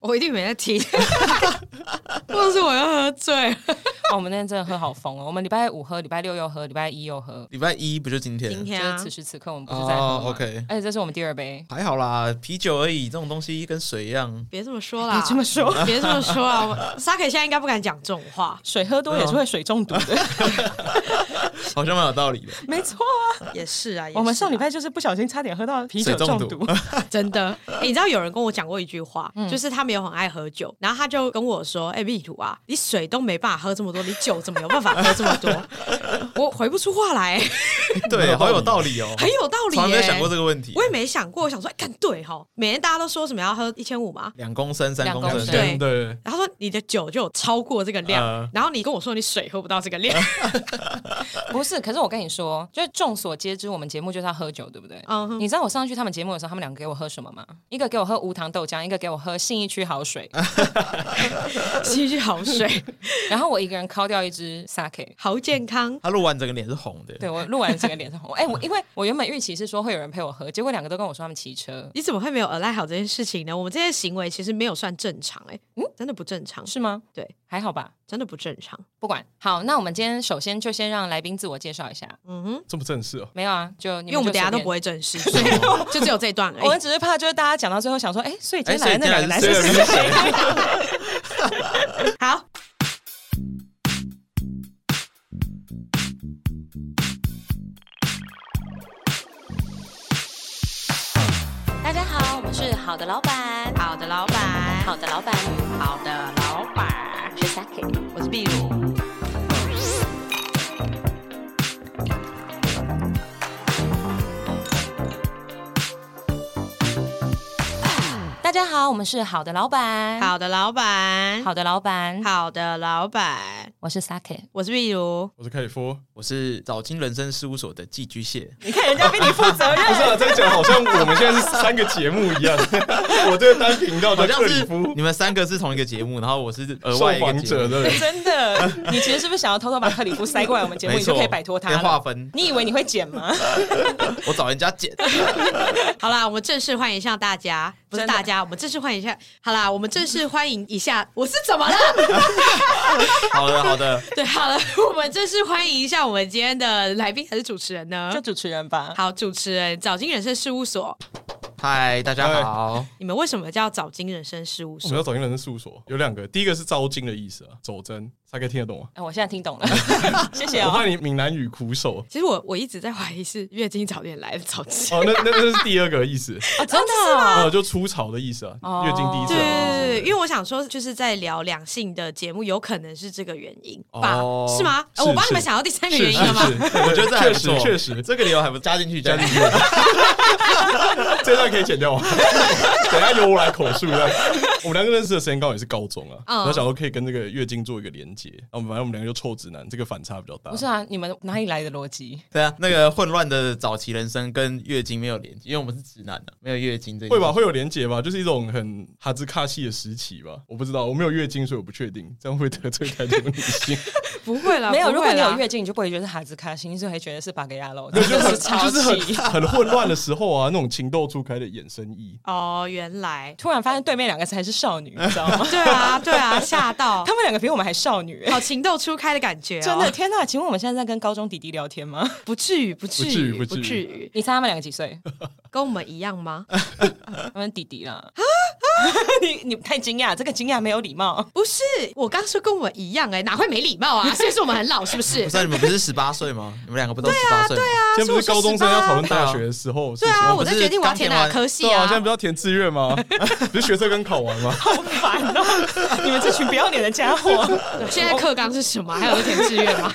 我一定没在听， 或是我要喝醉了。 哦，我们那天真的喝好疯哦！我们礼拜五喝，礼拜六又喝，礼拜一又喝，礼拜一不就今天？今就天啊是此，时此刻我们不是在喝吗哦，OK，而且这是我们第二杯，还好啦，啤酒而已，这种东西跟水一样。 别这么说啦， 别这么说，别这么说啊！我沙可现在应该不敢讲这种话，水喝多也嗯是会水中毒的， 好像蛮有道理 的。没错啊。也是啊。也是啊我们上礼拜就是不小心差点喝到啤酒水中中毒毒， 真的、欸你知道有人跟我讲过一句话，嗯就是他没有很爱喝酒，然后他就跟我说：“哎、欸，壁虎啊，你水都没办法喝这么多，你酒怎么有办法喝这么多？” 我回不出话来、对，好有道 理哦，很有道理、从欸。来没有想过这个问题我。也没想过，我想说，哎、干对哈，每天大家都说什么要喝一千五嘛，两公升、三两公公升，对升对，然后说你的酒就有超过这个量，嗯然后你跟我说你水喝不到这个量，不是，可是我跟你说，就是众所皆知，我们节目就是要喝酒，对不对？嗯哼你知道我上去他们节目的时候，他们两个给我喝什么吗？一个给我喝无糖豆浆，一个给我喝信义区好 水， 是一句好水，然后我一个人敲掉一支 sake。好健康。他录完整个脸是红的，对我录完整个脸上红，哎、我因为我原本预期是说会有人陪我喝，结果两个都跟我说他们骑车，你怎么会没有 align 好这件事情呢？我们这些行为其实没有算正常、哎，嗯，真的不正常，是吗？对，还好吧，真的不正常。不管。好，那我们今天首先就先让来宾自我介绍一下。嗯哼，这么正式哦。没有啊，就因因为我们等下都不会，会正 式，所以就只有这一段而我们已。只是怕就是大家讲到最后想说，哎、所以今天哎，所以来今的那两个天男来生是是谁谁？谁？ 好，大家好，我们是好的老板，好的，老板，好的老板，好的，老板，是 Saki。我是壁如。大家好，我们是好的老板，好的，老板，好的老板，好的，老板，我是 Saki。我是壁 如。我是凯里夫，我是早金人生事务所的寄居蟹，你看人家比你负责 不是啊，这样讲好像我们现在是三个节目一样。 我这个单频 道好叫像克里是夫，你们三个是同一个节目，然后我是额受外一个访节者目，的真的，你其实是不是想要偷偷把克里夫塞过来我们节目，没你就错，可以摆脱他先划了？分，你以为你会剪吗？我找人家剪，好啦，我们正式欢迎一下大家，不是真的大家，我们正式欢迎一下。好啦，我们正式欢迎一下， 我是怎么了？好的好的，对，好了，我们正式欢迎一下我们今天的来宾还是主持人呢就？主持人吧。好，主持人，早金人生事务所，嗨，大家好，你们为什么叫早金人生事务我们所？要找一个人的事务所，有两个，第一个是招金的意思啊，走针，大概听得懂吗？哎，我现在听懂了，谢谢啊我哦怕。你闽南语苦手其实我我一直在怀疑是月经早点来的早期。哦，那 那那是第二个意思， 哦真的啊，哦，就初潮的意思哦啊，月经第一次对啊，对对，因为我想说，就是在聊两性的节目，有可能是这个原因吧？哦是吗？呃是我帮你们是想到第三个是原是因了吗？是， 我觉得这还确不错实确实，这个理由还不加进去，加进去，这段可以剪掉吗？等一下由我来口述一下。我们两个认识的时间刚好也是高中啊，嗯然后想说可以跟这个月经做一个连接。然后我们反正我们两个就臭直男，这个反差比较大。不是啊，你们哪里来的逻辑？对啊，那个混乱的早期人生跟月经没有连接，因为我们是直男的，没有月经这个会吧？会有连结吧？就是一种很哈兹卡西的时期吧。我不知道，我没有月经，所以我不确定，这样会得罪太多女性。不会啦，没有，啊不如果会你啦有月经，你就不会觉得是哈兹卡西，你只会觉得是巴格亚肉，对，真就的很是超 就是很气。很混乱的时候啊，那种情窦初开的衍生意。哦，原来突然发现对面两个才是少女，你知道吗？对啊，对啊，吓到他，们两个比我们还少女、欸好情窦初开的感觉、哦，真的，天呐！请问我们现在在跟高中弟弟聊天吗？不至于，不至不至于于，不不至于至于，你猜他们两个几岁？跟我们一样吗？他们弟弟啦。 你你太惊讶，这个惊讶没有礼貌。不是，我刚说跟我们一样、哎，哪会没礼貌啊？所以说我们很老，是不是不？是啊你们不是十八岁吗？你们两个不都十八岁吗？对啊，现在不是高中生要讨是我论是十八大学的时候的事对情啊，吗？我在决定我要填哪个科系对啊，啊现。在不是要填志愿吗？ 不是学测跟考完吗？好烦哦、你们这群不要脸的家 伙！现在课纲是什么？还有填志愿吗？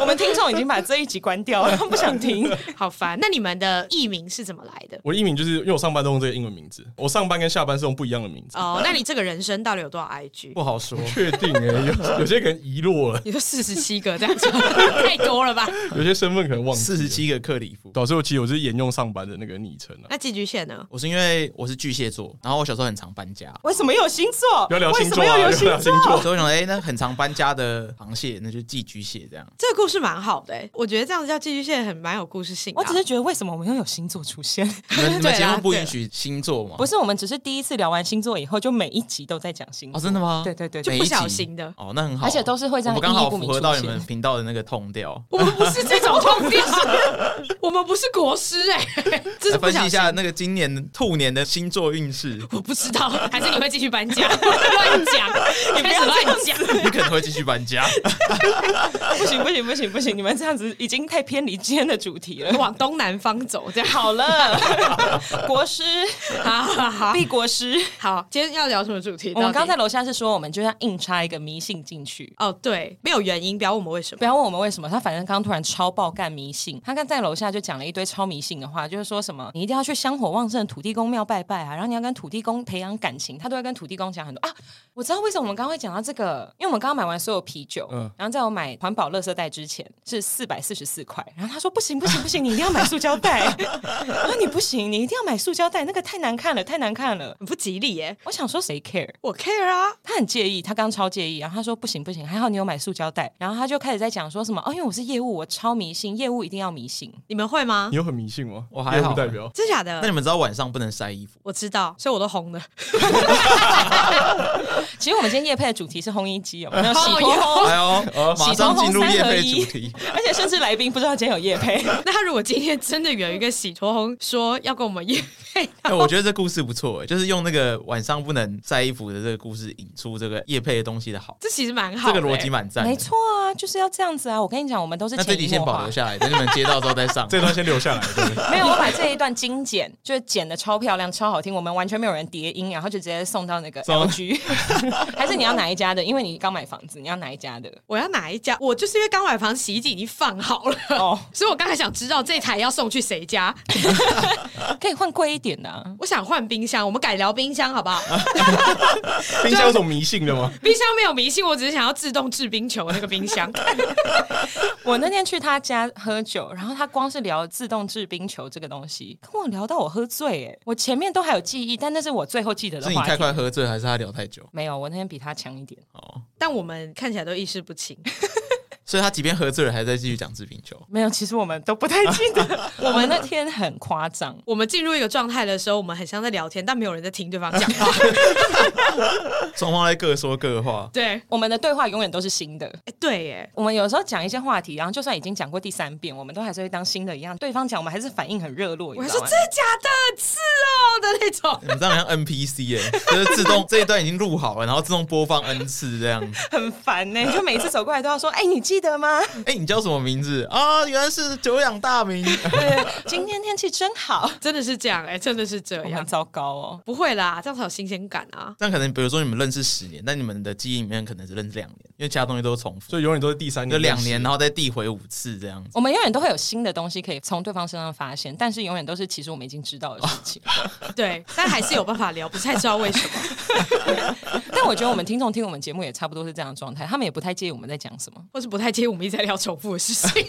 我们听众已经把这一集关掉了，他们不想听。好烦。那你们的艺名是怎么来的？我的艺名就是因为我上班都用这个英文名字，我上班跟下班是用不一样样的名 字，哦，那你这个人生到底有多少 IG？不好说。确定哎、有有些可能遗落了，你说四十七个这样子， 太多了吧？有些身份可能忘记四了十，七个克里夫，导致我其实我是沿用上班的那个昵称啊。那寄居蟹呢？我是因为我是巨蟹座，然后我小时候很常搬家，为什么又有星座？不要聊为星什么座啊，又不要有星聊星座。所以我想，哎、那很常搬家的螃蟹，那就寄居蟹这样。这个故事蛮好的、欸，我觉得这样子叫寄居蟹很蛮有故事性的我啊、只是觉得为什么我们又有星座出现？你们对你们啊节目不对允许星座吗？不是，我们只是第一次聊完星座以后，就每一集都在讲星哦，座。真的吗？对对对就对，不小心的哦，那很好，而且都是会这样我刚好意义不符明合到出你现们频道的那个痛调。 我们不是这种痛点， 我们不是国师哎、这是来不分析小一心。下那个今年兔年的星座运势，我不知 道，还是你会继续搬家？ 乱 讲，开始乱讲。你可能会继续搬家。啊不行不行不行不行，你们这样子已经太偏离今天的主题了。往东南方走， 这样 好了，国师，好好好帝国 师。 好。今天要聊什么主题？我们到刚底才楼下是说，我们就要硬插一个迷信进去。哦，对，没有原因，不要问我们为什不么。要问我们为什么，他反正刚刚突然超爆干迷信，他刚在楼下就讲了一堆超迷信的话，就是说什么你一定要去香火旺盛的土地公庙拜拜啊，然后你要跟土地公培养感情，他都会跟土地公讲很多啊。我知道为什么我们刚刚会讲到这个，因为我们刚刚买完所有啤酒，嗯然后在我买环保垃圾袋之前是四百四十四块，然后他说不行不行不行，你一定要买塑胶袋， 然后你不行，你一定要买塑胶袋，那个太难看了太难看了。很不吉利耶，我想说谁 care？我 care 啊，他很介意，他刚超介意，然后他说不行不行，还好你有买塑胶袋，然后他就开始在讲说什么哦，因为我是业务，我超迷信，业务一定要迷信，你们会吗你？有很迷信吗？我还好业务代 表真假那你的？们知道晚上不能晒衣服？我知道，所以我都红了。其实我们今天夜配的主题是烘衣机，有没有洗哦 脱有烘？哎呦，马上进入夜配主题。而且甚至来宾不知道今天有夜配，哦那他如果今天真的有一个洗头红说要跟我们约配，哎，我觉得这故事不错，哎就是用那个晚上不能晒衣服的这个故事，引出这个夜配的东西的好，这其实蛮好欸这的耶，个逻辑蛮赞的。没错啊，就是要这样子啊！我跟你讲，我们都是那这潜里移先默保化留。下来，等你们接到之后再上。这段先留下来，对不对没有，我把这一段精简，就是剪的超漂亮、超好听，我们完全没有人叠音，然后就直接送到那个 LG。还 是你要哪一家的？因为你刚买房子，你要哪一家的？我要哪一家？我就是因为刚买房，洗衣机已经放好了，哦，所以我刚才想知道这台要送去谁家。 可以换贵一点的、啊。我想换冰箱，我们改聊冰箱好不好？冰箱有什么迷信的吗？冰箱没有迷信，我只是想要自动制冰球的那个冰箱。 我那天去他家喝酒，然后他光是聊自动制冰球这个东西，跟我聊到我喝醉，哎，我前面都还有记忆，但那是我最后记得的 是你话太题。快喝醉，还是他聊太久？没有，我那天比他强一点。哦，但我们看起来都意识不清，所以他即便喝醉了，还在继续讲制冰球。没有，其实我们都不太记得。我们那天很夸张，我们进入一个状态的时候，我们很像在聊天，但没有人在听对方讲话。双方在各说各话，对，哎、我们的对话永远都是新的。对耶，我们有时候讲一些话题，然后就算已经讲过第三遍，我们都还是会当新的一样。对方讲，我们还是反应很热络。我你还知道说吗真的假的，是哦的那种。你们这样很像 NPC 哎、就是自动这一段已经录好了，然后自动播放 N 次这样。很烦呢、就每一次走过来都要说：“哎、你记得吗？哎、你叫什么名字啊？原来是久仰大名。对，今天天气真好。真的是这样，哎、真的是这我们样很。糟糕哦。不会啦，这样才有新鲜感啊！但可能比如说你们认识十年，但你们的记忆里面可能只认识两年，因为其他东西都重复，所以永远都是第三就年，两年，然哦后再递回五次这样子。我们永远都会有新的东西可以从对方身上发现，但是永远都是其实我们已经知道的事 情。对，但还是有办法聊，不太知道为什么。 但我觉得我们听众听我们节目也差不多是这样的状态，他们也不太介意我们在讲什么。或是不太接我们一直在聊重复的事情，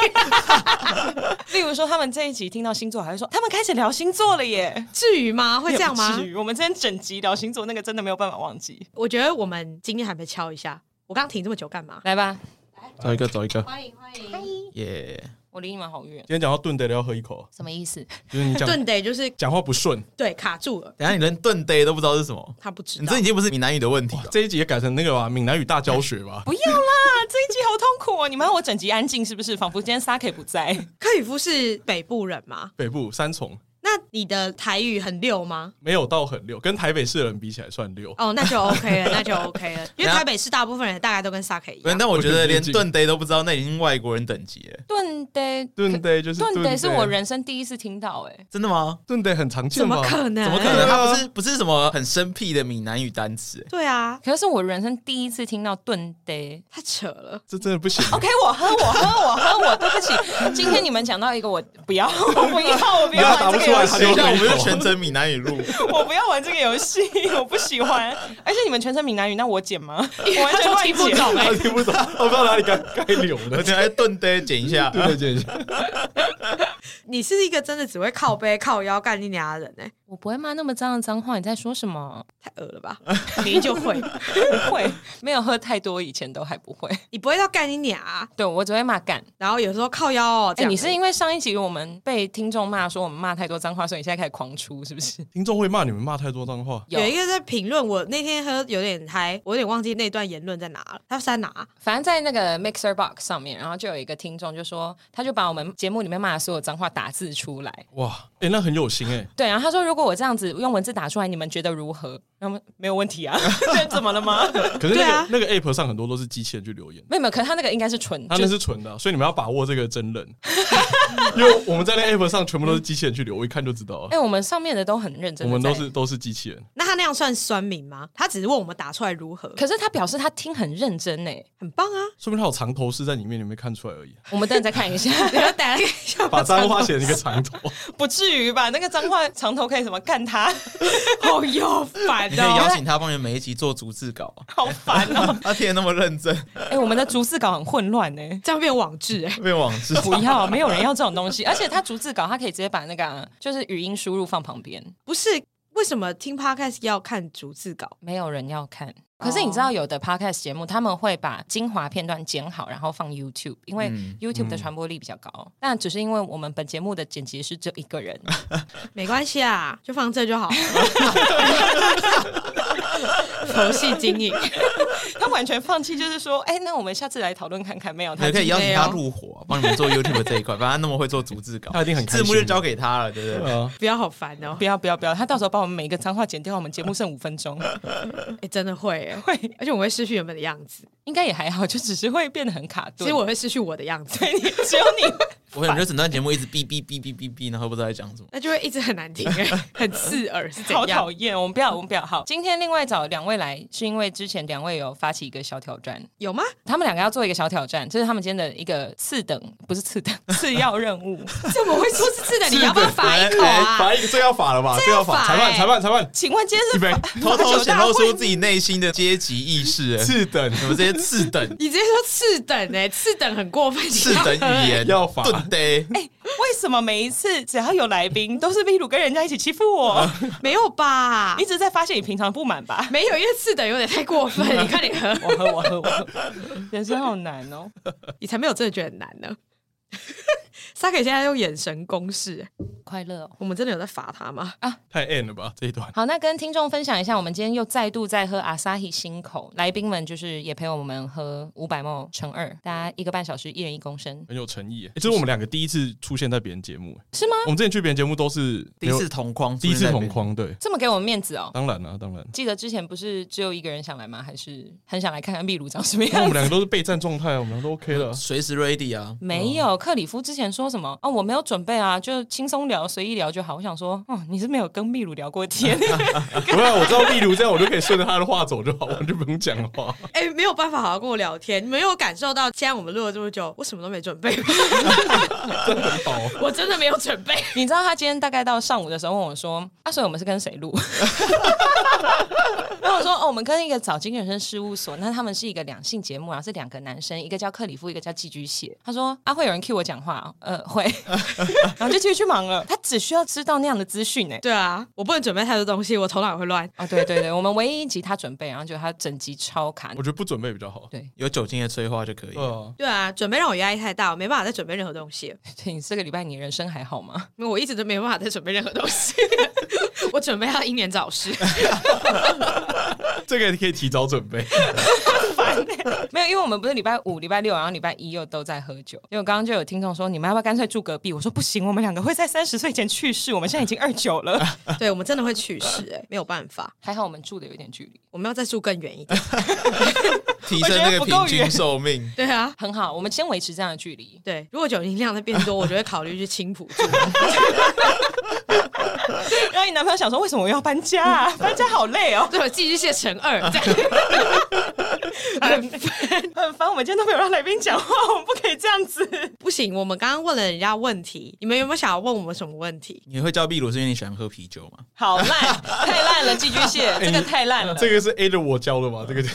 例如说，他们这一集听到星座，还会 说他们开始聊星座了耶，至于吗？会这样 吗至？于我们之前整集聊星座，那个真的没有办法忘记。我觉得我们今天还没敲一下，我刚刚停这么久干嘛？来吧，找一个找一个。耶、我离你们好远，啊今天讲到炖的，要喝一口，什么意思？就是你讲顿得就是讲话不顺，对卡住了，等一下你连盾 day 都不知道是什么，他不知你道这已。经不是闽南语的问题了。这一集也改成那个吧，闽南语大教学吧。不要啦，这一集好痛苦哦！你们要我整集安静是不是？仿佛今天 Saki 不在，克里夫是北部人吗？北部三重那你的台语很溜吗？没有到很溜，跟台北市的人比起来算溜。哦，那就 OK 了，那就 OK 了。因为台北市大部分人大概都跟萨克一对样，，但我觉得连我觉得盾 day 都不知道，那已经外国人等级了。顿得炖的就是顿得得是我人生第一次听到哎。真的吗？炖的很常见怎么吧？可能？怎么可能？它不是不是什么很生僻的闽南语单词、哎对啊，可是我人生第一次听到顿得太扯了。这真的不行。啊 OK，我喝， 我喝，我喝，我对不起。今天你们讲到一个，我不要，我不要，我不要哎你要答玩不这个哎等出来他一就下，我们是回全程闽南语 录，我不要玩这个游戏，我不喜欢。而且你们全程闽南语，那我剪 吗？我完全他乱听不剪。懂哎、他听不 懂，我不知道哪里该该留我的。等一下顿呆剪一下。对对对，你是一个真的只会靠背靠腰干你娘的人哎、我不会骂那么脏的脏话，你在说什么？太恶了 吧？你就会，会，没有喝太多，以前都还不会。你不会到干你娘啊，对我只会骂干。然后有时候靠腰哦。这哎、样你是因为为上一集我们被听众骂说我们骂太多脏话，所以你现在开始狂出，是不是？听众会骂你们骂太多脏话，有一个在评论，我那天喝有点嗨，我有点忘记那段言论在哪了。他删啊哪？反正在那个 Mixer Box 上面，然后就有一个听众就说，他就把我们节目里面骂的所有脏话打字出来。哇，哎，那很有心哎，对，然后他说，如果我这样子用文字打出来，你们觉得如何？那么没有问题啊，这 怎么了 吗？可是对那啊个那个 app 上很多都是机器人去留言。没有，没有，可是他那个应该是纯，他那是纯的啊、所以你们要把握这个真人，因为我们在那 app 上全部都是机器人去留，我一看就知道啊哎、，我们上面的都很认真，我们都是。都是机器人，那他那样算酸民吗？他只是问我们打出来如何，可是他表示他听很认真呢，哎很棒啊！说明他有藏头诗在里面，你没看出来而已，我们等等再看一下，你要打那个把脏话写成一个长头， 不至于吧？那个脏话长头可以什么干他， 哦哎好又烦你可以邀哦。请他帮你每一集做逐字稿，好烦哦、 他贴得那么认真，哎、我们的逐字稿很混乱呢。这样变网志哎、 变网志。不要，没有人要这种东西。而且他逐字稿，他可以直接把那个啊就是语音输入放旁边，不是为什么听 podcast 要看逐字稿？没有人要看。可是你知道，哦有的 podcast 节目他们会把精华片段剪好，然后放 YouTube，因为嗯 YouTube 的传播力比较高。但只是因为我们本节目的剪辑师只有一个人，没关系啊，就放这就好了。 佛系经营， 他完全放弃，就是说，哎、那我们下次来讨论看看。没有，你他可以邀请没他有入伙，帮你们做 YouTube 这一 块，反正他那么会做逐字稿，他一定很开字心幕就交给他了，对不对对？啊，不要好烦哦、不要不要不要，他到时候把我们每一个脏话剪掉，我们节目剩五分钟，哎、真的会、欸，会，而且我会失去原本的样子。应该也还好，就只是会变得很卡顿。其实我会失去我的样子，对你只有你我感觉整段节目一直哔哔哔哔哔哔，然后不知道在讲什么。那就会一直很难听、欸，很刺耳，是 怎好样讨？厌，我们不要，我们不要。好，今天另外找两位来，是因为之前两位有发起一个小挑战，有吗？他们两个要做一个小挑战，这是他们今天的一个次等，不是次 等，次要任务。这我会说是刺的，你要不要罚一口哎，啊？罚一个，这个要罚了吧？这个要罚，这裁要罚判，裁判，裁判，请问今一天是杯，偷偷显露出自己内心的阶级意 识，哎次等，你们这些 次等你直接说次等哎、次等很过分，次等语言要罚顿呆，哎为什么每一次只要有来宾，都是秘鲁跟人家一起欺负我？没有吧你？只是在发泄你平常不满吧？没有，因为次等有点太过分。你看你喝，我喝，我喝，我 喝，人生好难哦。你才没有真的觉得很难呢。沙可现在用眼神攻势、欸快乐、哦。我们真的有在罚他吗？太 end 了吧？这一段好，那跟听众分享一下，我们今天又再度在喝阿萨 i 新口，来宾们就是也陪我们喝五百梦乘二，大家一个半小时，一人一公升，很有诚意，哎这是我们两个第一次出现在别人节目，哎是吗？我们之前去别人节目都是第一次同框，第一次出现在同框，对，这么给我们面子哦。当然了，当然，记得之前不是只有一个人想来吗？还是很想来看看秘鲁长什么因为我样们子？两个都是备战状态啊，我们两个都 OK 那 的边，，随时 ready 啊。没有，克里夫之前说什么？哦，我没有准备啊，就轻松聊，随意聊就好。我想说，哦，你是没有跟秘鲁聊过天，不然我知道例如这样，我就可以顺着他的话走就好，我就不用讲话。哎、没有办法好好跟我聊天。你们有感受到，现在我们录了这么久，我什么都没准备吗，好，啊我 真的没有准备。你知道他今天大概到上午的时候问我说：“啊，所以我们是跟谁录？” 然后我说：“哦，我们跟一个找经纪人事务所，那他们是一个两性节目，然后是两个男生，一个叫克里夫，一个叫寄居蟹。”他说：“啊，会有人 cue 我讲话哦、呃，会。” 然后就继续去忙了。他只需要知道那样的资讯呢。对啊，我不能准备太多东西，我头脑也会乱。哦，对对对，我们唯一一集他准备，然后就他整集超卡我。觉得不准备比较好。对，有酒精的催化就可以对了。啊，对啊，准备让我压力太大，我没办法再准备任何东西了，你这个礼拜你人生还好吗？因为我一直都没办法再准备任何东西。 我准备要英年早逝， 这个可以提早准备。没有，因为我们不是礼拜五、礼拜六，然后礼拜一又都在喝酒。因为我刚刚就有听众说，你们要不要干脆住隔壁？我说不行，我们两个会在三十岁前去世，我们现在已经二九了。 对我们真的会去世、哎，没有办法，还好我们住的有点距离，我们要再住更远一点。提升那个平均寿命。对啊，很好，我们先维持这样的距离。对，如果酒精量在变多，我就会考虑去青浦住。 让你男朋友想说，为什么我 要搬家、啊？搬家好累哦。对，我寄居蟹乘二，这样 很很烦。我们今天都没有让来宾讲话，我们不可以这样子。不行，我们刚刚问了人家问题，你们有没有想要问我们什么问题？你会叫秘鲁是因为你喜欢喝啤酒吗？好 烂，太烂了，寄居蟹，哎这个太烂了。这个是 A 的我教的吗？这个就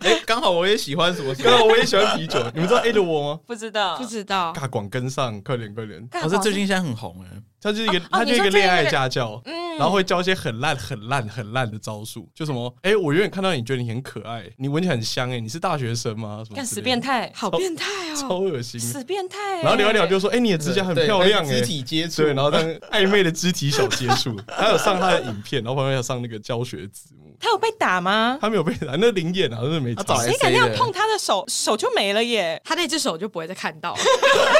哎，刚好我也喜欢什么什么刚刚我也喜欢啤酒，你们知道 A 的我吗？不知道，不知道，尬广跟上，快点快点！可是哦最近现在很红哎，他就是一个，他就是一个恋爱家教，然后会教一些很烂、很烂、很烂的招数，就什么，哎，我远远看到你，觉得你很可爱，你闻起来很香，哎，你是大学生吗？什么之类干的？死变态，好变态超哦！恶心。死变态欸。然后聊一聊就说，哎，你的指甲很漂亮，哎肢，体接触，对，然后但 暧昧的肢体小接触，他有上他的影片，然后旁边有上那个教学字幕，他有被打吗？他没有被打，那灵眼啊，真的没他差找来谁敢那样谁的碰他的手，手就没了耶！他那只手就不会再看到了。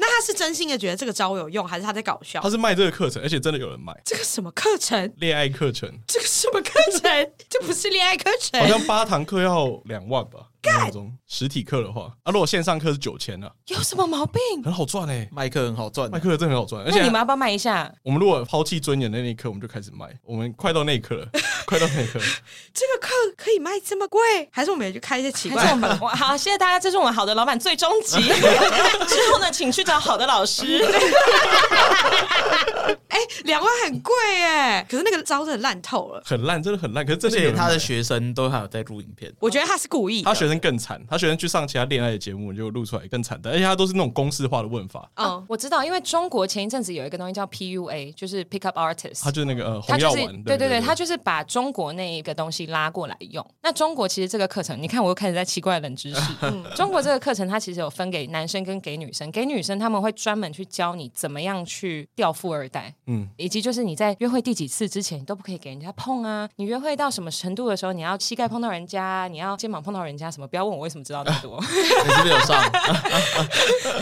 那他是真心的觉得这个招有用，还是他在搞笑他？是卖这个课程，而且真的有人买这个什么课程？恋爱课程，这个什么课程？这不是恋爱课程哎好。像八堂课要两万吧，印象中实体课的话，啊，如果线上课是九千啊，有什么毛病？很好赚哎，麦克很好赚卖的，课真的很好赚，而那且你们要不要卖一下？我们如果抛弃尊严的那一刻，我们就开始卖，我们快到那一刻了， 快到那一刻了，这个课可以卖这么贵？还是我们也去开一些奇啊还是我怪？们 哇好，谢谢大家，这是我们好的老板最终集。之后呢，请去找好的老师。哎，两万很贵哎，可是那个招真的烂透了。很烂，真的很烂，可是这而些且他的学生都还有在录影片， 我觉得他是故意的。他学生更惨，他学生去上其他恋爱的节目，就录出来更惨的，而且他都是那种公式化的问法，嗯， 我知道，因为中国前一阵子有一个东西叫 PUA，就是 Pick Up 他 Artist。就是那个呃他红就药是丸，对对他就是把中国那一个东西拉过来用。那中国其实这个课程，你看我又开始在奇怪的冷知 识。嗯中国这个课程它其实有分给男生跟给女生，给女生他们会专门去教你怎么样去钓富二代，嗯，以及就是你在约会第几次之前，你都不可以给人家碰啊！你约会到什么程度的时候，你要膝盖碰到人家，你要肩膀碰到人家，什么？不要问我为什么知道那么多， 你是不是有上？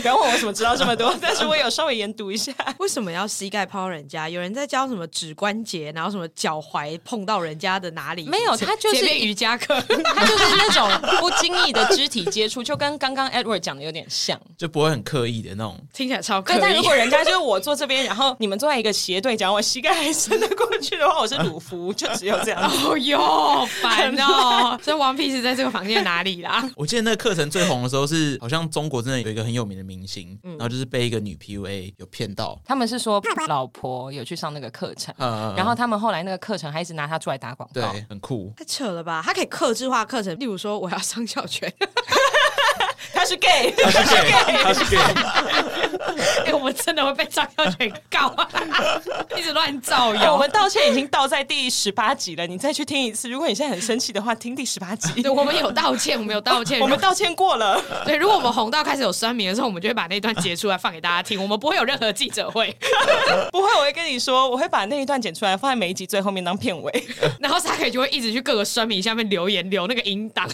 不要问我为什么知道这么多，但是我有稍微研读一下。为什么要膝盖碰到人家？有人在教什么指关节，然后什么脚踝碰到人家的哪里？没有他就是前面瑜伽课。 他就是那种不经意的肢体接触，就跟刚刚 Edward 讲的有点像。就不会很刻意的那种。听起来超可对，但如以。果人家就是我坐这边，然后你们坐在一个斜对角，我膝盖还伸得过去的话，我是鲁夫，就只有 这 样。哦哟，烦 哦！所以王皮是在这个房间哪里啦？我记得那个课程最红的时候是，好像中国真的有一个很有名的明星，嗯然后就是被一个女 PUA 有骗到，他们是说老婆有去上那个课程，呃，嗯然后他们后来那个课程还一直拿他出来打广对告。，很酷。 太扯了吧！他可以克制化课程，例如说我要上小拳。他是 gay，他是 gay，他是 gay， 哎、我们真的会被张小泉告、啊，一直乱造我谣。们道歉已经道在第十八集了，你再去听一次。如果你现在很生气的话，听第十八集对，。我们有道 歉，我们有道歉。我们道歉过了，对，如果我们红到开始有酸民的时候，我们就会把那段截出来放给大家听。我们不会有任何记者 会， 不会，我会跟你说，我会把那一段剪出来，放在每一集最后面当片尾。 然后 s a 就会一直去各个酸民下面留言，留那个音 档。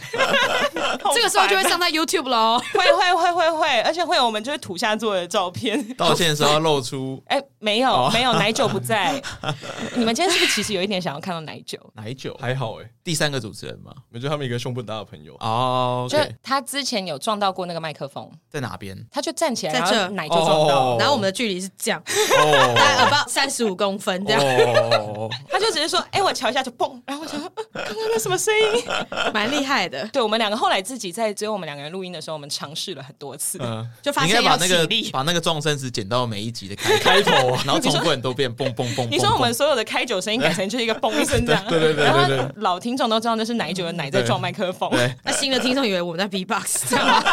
这个时候就会上到 YouTube 喽。会会会会会，而且会有我们就是土下座的照片。 道歉的时候要露出哎，没哦有没有，奶酒不 在。你们今天是不是其实有一点想要看到奶酒？奶酒，还好哎、第三个主持人嘛。我觉得他们一个胸部很大的朋友，哦、就 o k 他之前有撞到过那个麦克风，在哪边？他就站起来，在然这后奶就撞到了。哦然后我们的距离是这样， 哦大概 about 三十五公分这样，哦，他就只是说：“哎、我瞧一下就蹦。”然后我想说，呃刚刚那什么声音？ 蛮厉害的。对我们两个后来自己在只有我们两个人录音的时候，我们尝试了很多次。嗯、就发你应现该把要那起个立，把那个撞声词剪到每一集的 开开头，啊然后重复很 多遍，蹦蹦蹦蹦。你说我们蹦所有的开酒声音改成就是一个嘣一声这样， 对对对对然对后对老听众都知道那是奶酒的奶在撞麦克风，对，那新的听众以为我们在 B-box，知道吗？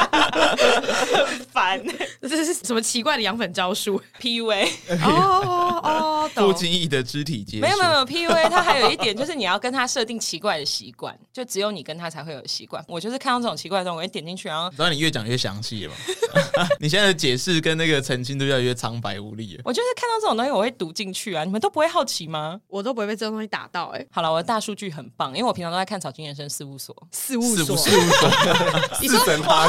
烦这是什么奇怪的养粉招数？ PUA。哦哦，不经意的肢体接触，没有没有没有 PUA，它还有一点就是你要跟他设定奇怪的习惯，就只有你跟他才会有习惯。我就是看到这种奇怪的东西，我会点进去，然后然后你越讲越详细了嘛， 你现在的解释跟那个澄清都越来越苍白无力了。我就是看到这种东西，我会读进去啊。你们都不会好奇吗？我都不会被这种东西打到哎、好了，我的大数据很棒，因为我平常都在看草金人生事务所。事务是不所，是？你说整他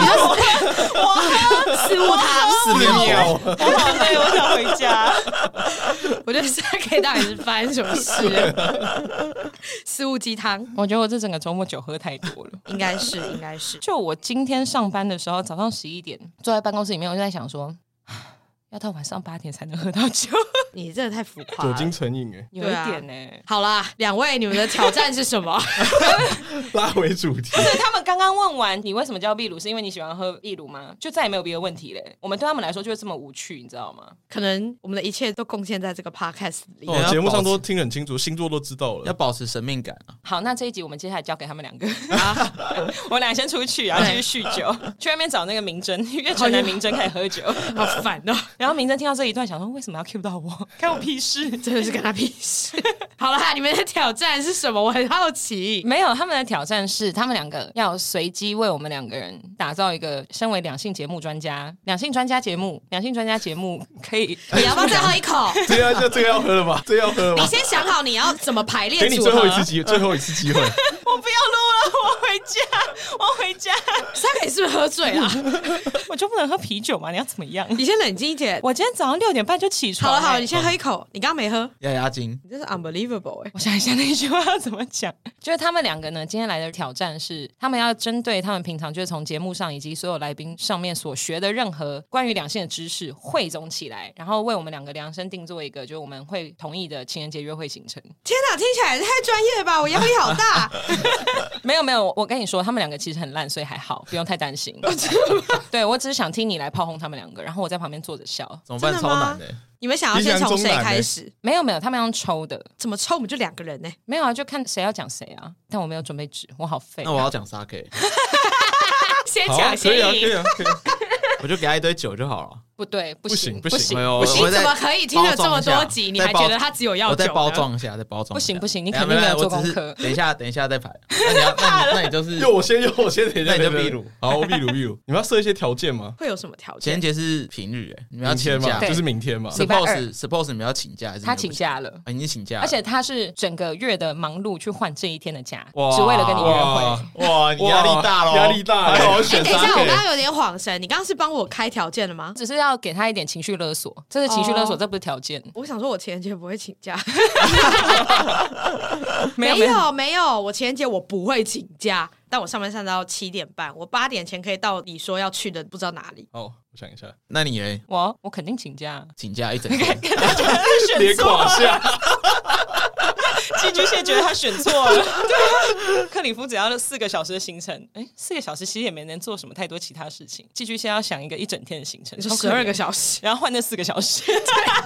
事务 他，四面佛，我 好累，我想回家。我觉得是可以到底是发生什么事？事务鸡汤 我觉得我这整个周末酒喝太多了。应该是应该是，就我今天上班的时候， 早上十一点坐在办公室里面，我就在想说，唉要到晚上八点才能喝到酒。你真的太浮夸酒了。精成瘾哎，有一点欸呢、好啦，两位，你们的挑战是什么？ 拉回主题。对他们刚刚问完你为什么叫秘鲁，是因为你喜欢喝秘鲁吗？就再也没有别的问题嘞。我们对他们来说就是这么无趣，你知道吗？可能我们的一切都贡献在这个 podcast 里。哦，节目上都听得很清楚，星座都知道 要了。保持神秘感啊！好，那这一集我们接下来交给他们两个，我俩先出去，然后继续酗酒，去外面找那个明真，因为城南明真开始喝酒。好烦哦、 然后明真听到这一段，想说为什么要 cue 到我？ 关我屁事，真的是跟他屁事。 好啦，你们的挑战是什么？我很好奇。没有，他们的挑战是他们两个要随机为我们两个人打造一个身为两性节目专家、两性专家节目、两性专家节目可 以你要不要再喝一口？这个要啊这个要喝 了吧？这个要喝了你吧？先想好你要怎么排给列你组最后合一。次机，最后一次机会。我不要录了，我回家，我回家，三个你是不是喝醉 了？我就不能喝啤酒嘛？你要怎么样？你先冷静一点。我今天早上六点半就起好床、了好了，欸你先喝一口。你刚刚没喝，压压惊，你真是 unbelievable 哎、我想一下那句话要怎么讲。 就是他们两个呢，今天来的挑战是，他们要针对他们平常就是从节目上以及所有来宾上面所学的任何关于两性的知识汇总起来，然后为我们两个量身定做一个，就是我们会同意的情人节约会行程。天哪，听起来也太专业了吧！我压力好 大。 没有没有，我跟你说，他们两个其实很烂，所以还好，不用太担心。对 我只是想听你来炮轰他们两个，然后我在旁边坐着笑。怎么办？真的超吗难的欸，你们想要先从谁开始？没有没有，他们要抽的，怎么抽我们就两个人呢、没有啊，就看谁要讲谁啊。但我没有准备纸，我好哎废。啊那我要讲 sake，先好啊，可以啊，可以啊，可以啊。我就给他一堆酒就好了。不对，不行不行不不行行哎呦不我行，再怎么可以听了这么包装多一下集，你再还包觉得他只有要我再酒包呢？装一下，再包装一下。哎不行不行你等肯一定下没有我做只功是课等一下，等一下 再排。那你要，那你那你就是 又我先，又我先，等一下，那你就等一秘下鲁。 好，我秘鲁秘鲁。你们要设一些条件吗？会有什么条情件人？节是平日，哎，你们要明请天假嘛，对就是明天嘛。礼拜二？Suppose Suppose 你们要请假还是他你们请不假了。啊，已经请假了，而且他是整个月的忙碌去换这一天的假，哇只为了跟你约会。哇，你压力大哇咯，压力大欸。还好我我哎、选等一下，我刚三刚有点恍神，你刚刚是帮我开条件了吗？只是要给他一点情绪勒索，这是情绪勒索，哦这不是条件。我想说，我情人节不会请假， 没有 没有没有，我情人节我不会请假，但我上班上到七点半，我八点前可以到你说要去的不知道哪里。好，我想一 下，那你嘞？我我肯定请假，请假一整 天，别垮下。寄居蟹觉得他选错了。 对啊，克里夫只要四个小时的行程，哎，四个小时其实也没能做什么太多其他事情。寄居蟹要想一个一整天的行程，你说超可十怜二个，小时， 然后换那四个小时。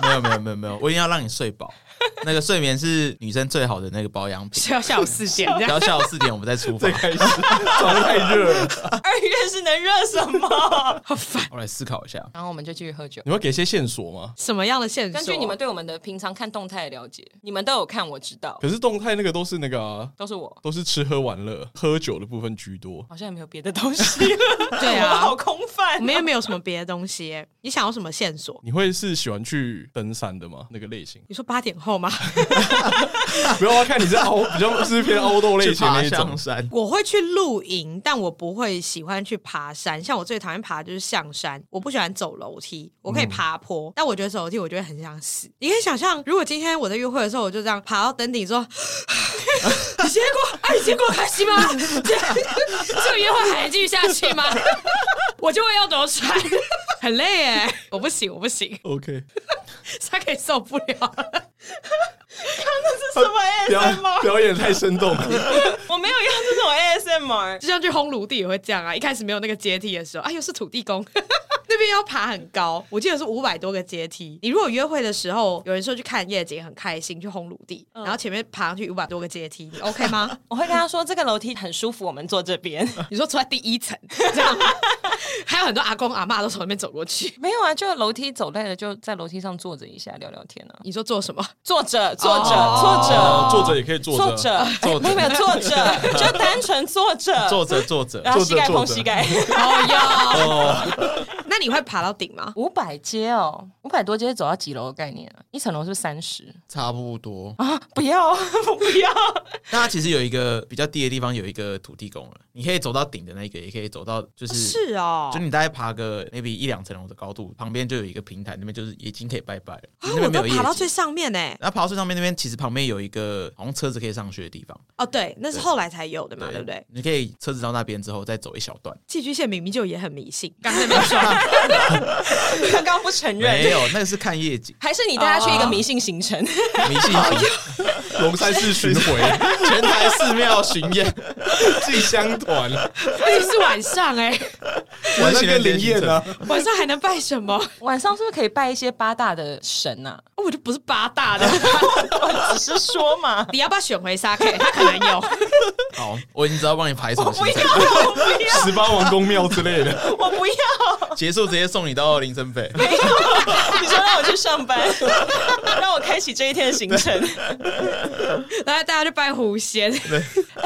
没有没有没有没有，我一定要让你睡饱。那个睡眠是女生最好的那个保养 品，是要下午四点这样。然后下午四点我们再 出发再。开始，早上太热了。 二月是能热什 么？我来思考一下，然后我们就继续喝酒。你们要给一些线索吗？ 什么样的线索？根据你们对我们的平常看动态的了解，你们都有看，我知道，可是动态那个都是那个啊，都是我。都是吃喝玩乐，喝酒的部分居多。好像也没有别的东 西了，对啊我们好空泛、我们也没有什么别的东西耶、你想要什么线索？？你会是喜欢去登山的吗？那个类型 你说八点后吗？不要啊看你是凹，比较是偏凹豆类去型那爬一种象。山。我会去露营，但我不会喜欢去爬山。像我最讨厌爬的就是象山，我不喜欢走楼梯，我可以爬坡，但我觉得走楼梯我就会很想死。你可以想象，如果今天我在约会的时候，我就这样爬到登顶 说：“你结果，哎、你结果开心吗？这 这个约会还继续下去 吗？”我就会要躲起来，很累耶，我不行，我不行， OK，他可以受不了。什 么 ASMR？表表演太生动了。我没有要这种 ASMR。就像去烘炉地也会这样啊，一开始没有那个阶梯的时候，哎呦是土地公， 那边要爬很高，我记得是五百多个阶梯。你如果约会的时候，有人说去看夜景很开心，去烘炉地，嗯然后前面爬上去五百多个阶梯，你 OK 吗？我会跟他说这个楼梯很舒服，我们坐这边。你说坐在第一层这样， 还有很多阿公阿嬷都从那边走过去。 没有啊，就楼梯走累了，就在楼梯上坐着一下聊聊天啊。你说做什么？坐着，坐着，哦坐坐着也可以坐着，坐着，着，哎坐着没有没有坐着，就单纯坐着，坐着坐着，然后呃膝盖坐着碰坐着膝盖。哦哟，那你会爬到顶吗？五百阶哦，五百多阶走到几楼的概念啊？一层楼是三十 差不多。啊？不要，我不要，那它其实有一个比较低的地方有一个土地公了，你可以走到顶的那个，也可以走到就是、是哦就，你大概爬个 maybe 一两层楼的高度，旁边就有一个平台，那边就是已经可以拜拜了。啊那我边没都有爬到夜最景。上面呢。然后爬到最上面那边，其实旁边有一个好像车子可以上去的地方，哦，对，那是后来才有的嘛，对不对？？你可以车子到那边之后再走一小段。寄居蟹明明就也很迷信，刚才没说， 刚刚不承没认，有，那个是看夜景，还是你带他去哦一个迷信行程？迷信行 龙山寺巡回，全台寺庙巡演，进香团，而且是晚上哎，晚上跟林燕啊呢， 晚上还能拜什么？哦晚上是不是可以拜一些八大的神啊？哦我就不是八大 的，只是说嘛，你要不要选回沙 K？他可能有。好，哦我已经知道帮你排什么行程，啊十八王公庙之类 的，我不要，结束直接送你到林 森北。你说让我去上 班，让我开启这一天的行程。然后大家就拜狐仙，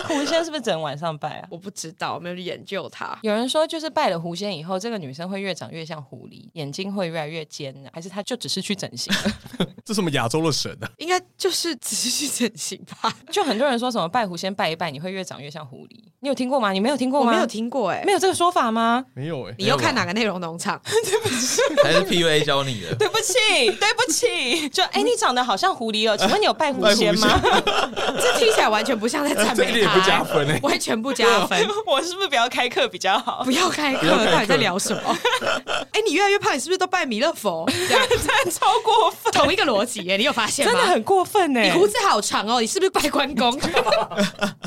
狐仙是不是整晚上拜啊？我不知道，我没有去研究它。有人说，就是拜了狐仙以后，这个女生会越长越像狐狸，眼睛会越来越尖呢、还是她就只是去整 形了？这什么亚洲的神啊？应该就是只是去整形吧，就很多人说什么拜狐仙拜一拜，你会越长越像狐狸，你有听过吗？你没有听过 我吗？没有，听过哎、没有这个说法吗？没有哎，你又看哪个内容农场？还是 PUA 教你的。对不起，对不起，就哎、你长得好像狐狸哦，请问你有拜狐仙吗？ 这听起来完全不像在赞这美一他、点也不加分哎欸， 完全不加分。我是不是不要开课比较好？ 不要开课，要开课到底在聊什 么？哎、你越来越胖，你是不是都拜弥勒佛？这 样超过分， 啊同一个逻辑耶，你有发现吗？真的很过分欸你呢、胡子好长哦，你是不是拜关公？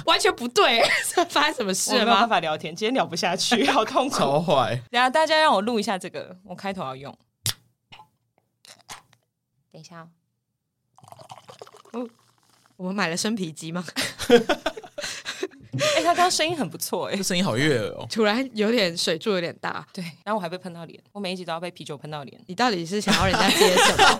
完全不对， 发生什么我没事有了办吗？法聊天，今天聊不下 去，好痛苦。超坏，等一下大家让我录一下这个，我开头要用。等一下、哦，我们买了生皮鸡吗？ 哎、他刚刚声音很不错哎、这声音好悦耳 哦！突然有点水柱有点大，对， 然后我还被喷到脸，我每一集都要被啤酒喷到脸。你到底是想要人家接什么？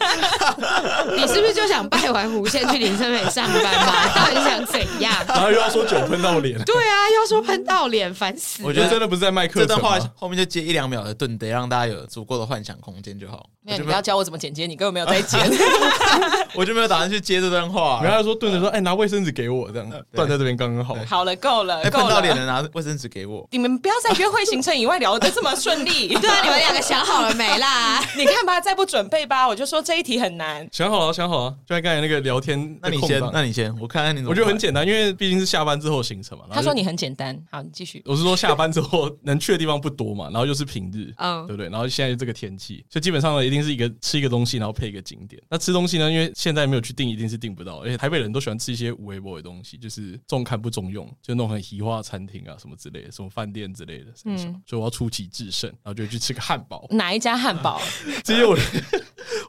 你是不是就想拜完狐仙去林森美上班 嘛？到底想怎样？ 然后又要说酒喷到脸，对啊，要说喷到脸，烦死了！我我觉觉得得真的不是在卖课这段程话啊吗，后面就接一两秒的顿得让大家有足够的幻想空间就好。没我有，你就没不有要，教我怎么剪接，你根本没有在 剪。我就没有打算去接这段话。然后他说顿着说，哎，拿卫生纸给我，这样呃断在这边刚刚好。好 了，够了，哎，够碰到脸了。了，拿卫生纸给我。你们不要在约会行程以外聊得这么顺 利。对啊，你们两个想好了没啦？ 你看吧，再不准备吧，我就说这一题很难。想好了，想好了，就像刚才那个聊天，那你先，那你先，我看看你怎么办。我觉得很简单，因为毕竟是下班之后行程嘛。他然后就说你很简单，好，你继续。我是说下班之后能去的地方不多嘛，然后又是平日，嗯对不对？然后现在就这个天气，所以基本上呢，一定是一个吃一个东西，然后配一个景点。那吃东西呢，因为现在没有去订，一定是订不到，而且台北人都喜欢吃一些无微博的东西，就是重看不重用，就那种很奇化餐厅啊什么之类的，什么饭店之类的，嗯，所以我要出奇制胜，然后就去吃个汉堡。哪一家汉堡？ 这些我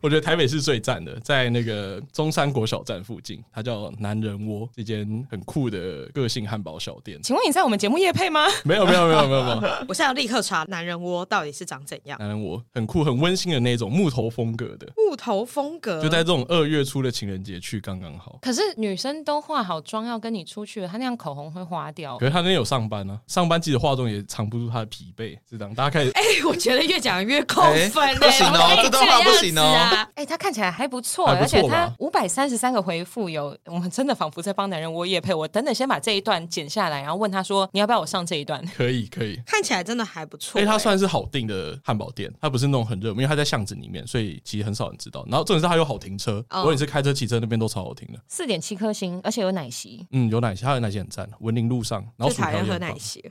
我觉得台北是最赞的，在那个中山国小站附近，它叫男人窝，这间很酷的个性汉堡小店。请问你在我们节目夜配吗？没有没有没有没有没有，我现在要立刻查男人窝到底是长怎样，男人我很酷很温馨的那种木头风格的，木头风格，就在这种二月初的情人节去刚刚好。可是女生都化好妆要跟你出去了，她那样口红会花 掉可。是他那天有上班啊，上班记得化妆也藏不住他的疲惫，是这样。大家开始，哎、我觉得越讲越扣分、欸哎不行哦怎么可以这段话样不行哦子啊 哎、她看起来还不错，还不而错且吧她五百三十三个回复有，我们真的仿佛在帮男人窝夜配。我等等先把这一段剪下来，然后问她说你要不要我上这一段？可以可以。看起来真的还不错、哎，欸。它算是好订的汉堡店，它不是那种很热门，因为它在巷子里面，所以其实很少人知道。然后重点是它有好停车，哦无论你是开车骑车，那边都超好停的。四点七颗星，而且有奶昔。嗯，有奶昔，它有奶昔很赞，文林路上，然后最薯条讨也厌很喝棒奶，昔，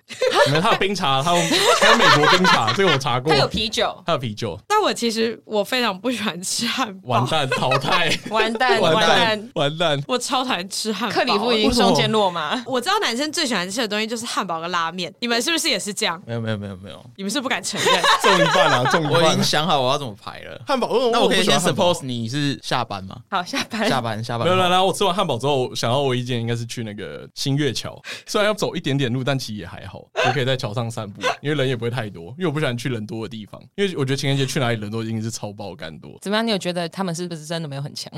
没有它有冰茶，它有它有美国冰茶，这个我查 过她，有啤酒，它有啤酒，但我其实我非常不喜欢吃汉堡，完哦蛋淘汰，完蛋完完蛋蛋，完蛋，我超讨厌吃汉堡。 克里夫已经为什么中间落马。我知道男生最喜欢吃的东西就是汉堡跟拉面，你们是不是也是这样？没有没有没有没有，你们是不敢承认，中一半 啊，中一我已半经。想好我要怎么排了。汉堡，呃那我可以不喜欢先汉堡 suppose 你是下班吗？好， 下哎班。下班下班没有后。啦啦，我吃完汉堡之后，想到我意见应该是去那个新月桥，虽然要走一点点路，但其实也还好，我可以在桥上散步，因为人也不会太多，因为我不喜欢去人多的地方，因为我觉得情人节去哪里人多一定是超爆干多。怎么样？你有觉得他们是不是真的没有很强？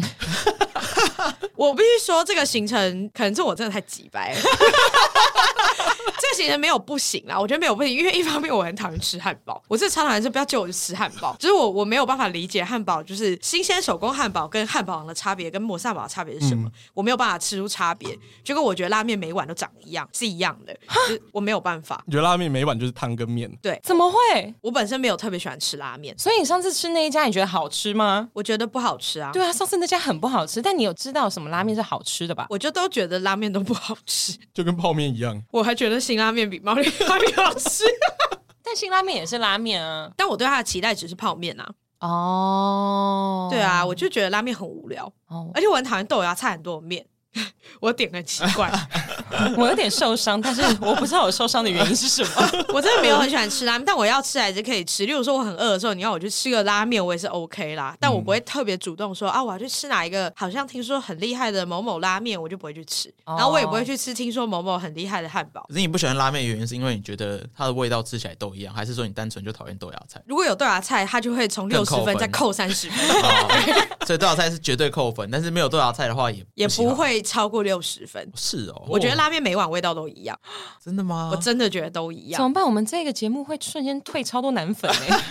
我必须说这个行程可能是我真的太急掰了。 这行程没有不行啦，我觉得没有不行，因为一方面我很讨厌吃汉堡，我这超讨厌是不要叫我去吃汉堡，就是我我没有办法理解汉堡就是新鲜手工汉堡跟汉堡王的差别，跟摩斯汉堡的差别是什么，我没有办法吃出差别。结果我觉得拉面每碗都长一样，是一样的，就是我没有办法。你觉得拉面每 碗就是汤跟面，怎么会？我本身没有特别喜欢吃拉面，所以你上次吃那一家，你觉得好吃吗？我觉得不好吃啊。 对啊，上次那家很不好吃，但你有知道什么拉面是好吃的吧？我就都觉得拉面都不好吃，就跟泡面一样。我还觉得辛拉面比猫力拉面好吃， 但辛拉面也是拉面啊。但我对它的期待只是泡面啊。哦，对啊，我就觉得拉面很无聊，哦，而且我很讨厌豆芽菜很多的面， 我点很奇怪， 我有点受伤，但是我不知道我受伤的原因是什 么。我真的没有很喜欢吃拉面，但我要吃还是可以吃。例如说我很饿的时候，你要我去吃个拉面，我也是 OK 啦，但我不会特别主动说啊，我要去吃哪一个，好像听说很厉害的某某拉面，我就不会去吃，哦然后我也不会去吃听说某某很厉害的汉堡。？可是你不喜欢拉面的原因是因为你觉得它的味道吃起来都一样，还是说你单纯就讨厌豆芽菜 如果有豆芽菜，它就会从六更十扣分分再扣三十分，哦所以豆芽菜是绝对扣分，但是没有豆芽菜的话也也行不。会超过六十分。是哦，我觉得拉面每碗味道都一样，真的吗？我真的觉得都一怎样。哦么办？我们这个节目会瞬间退超多男粉哎、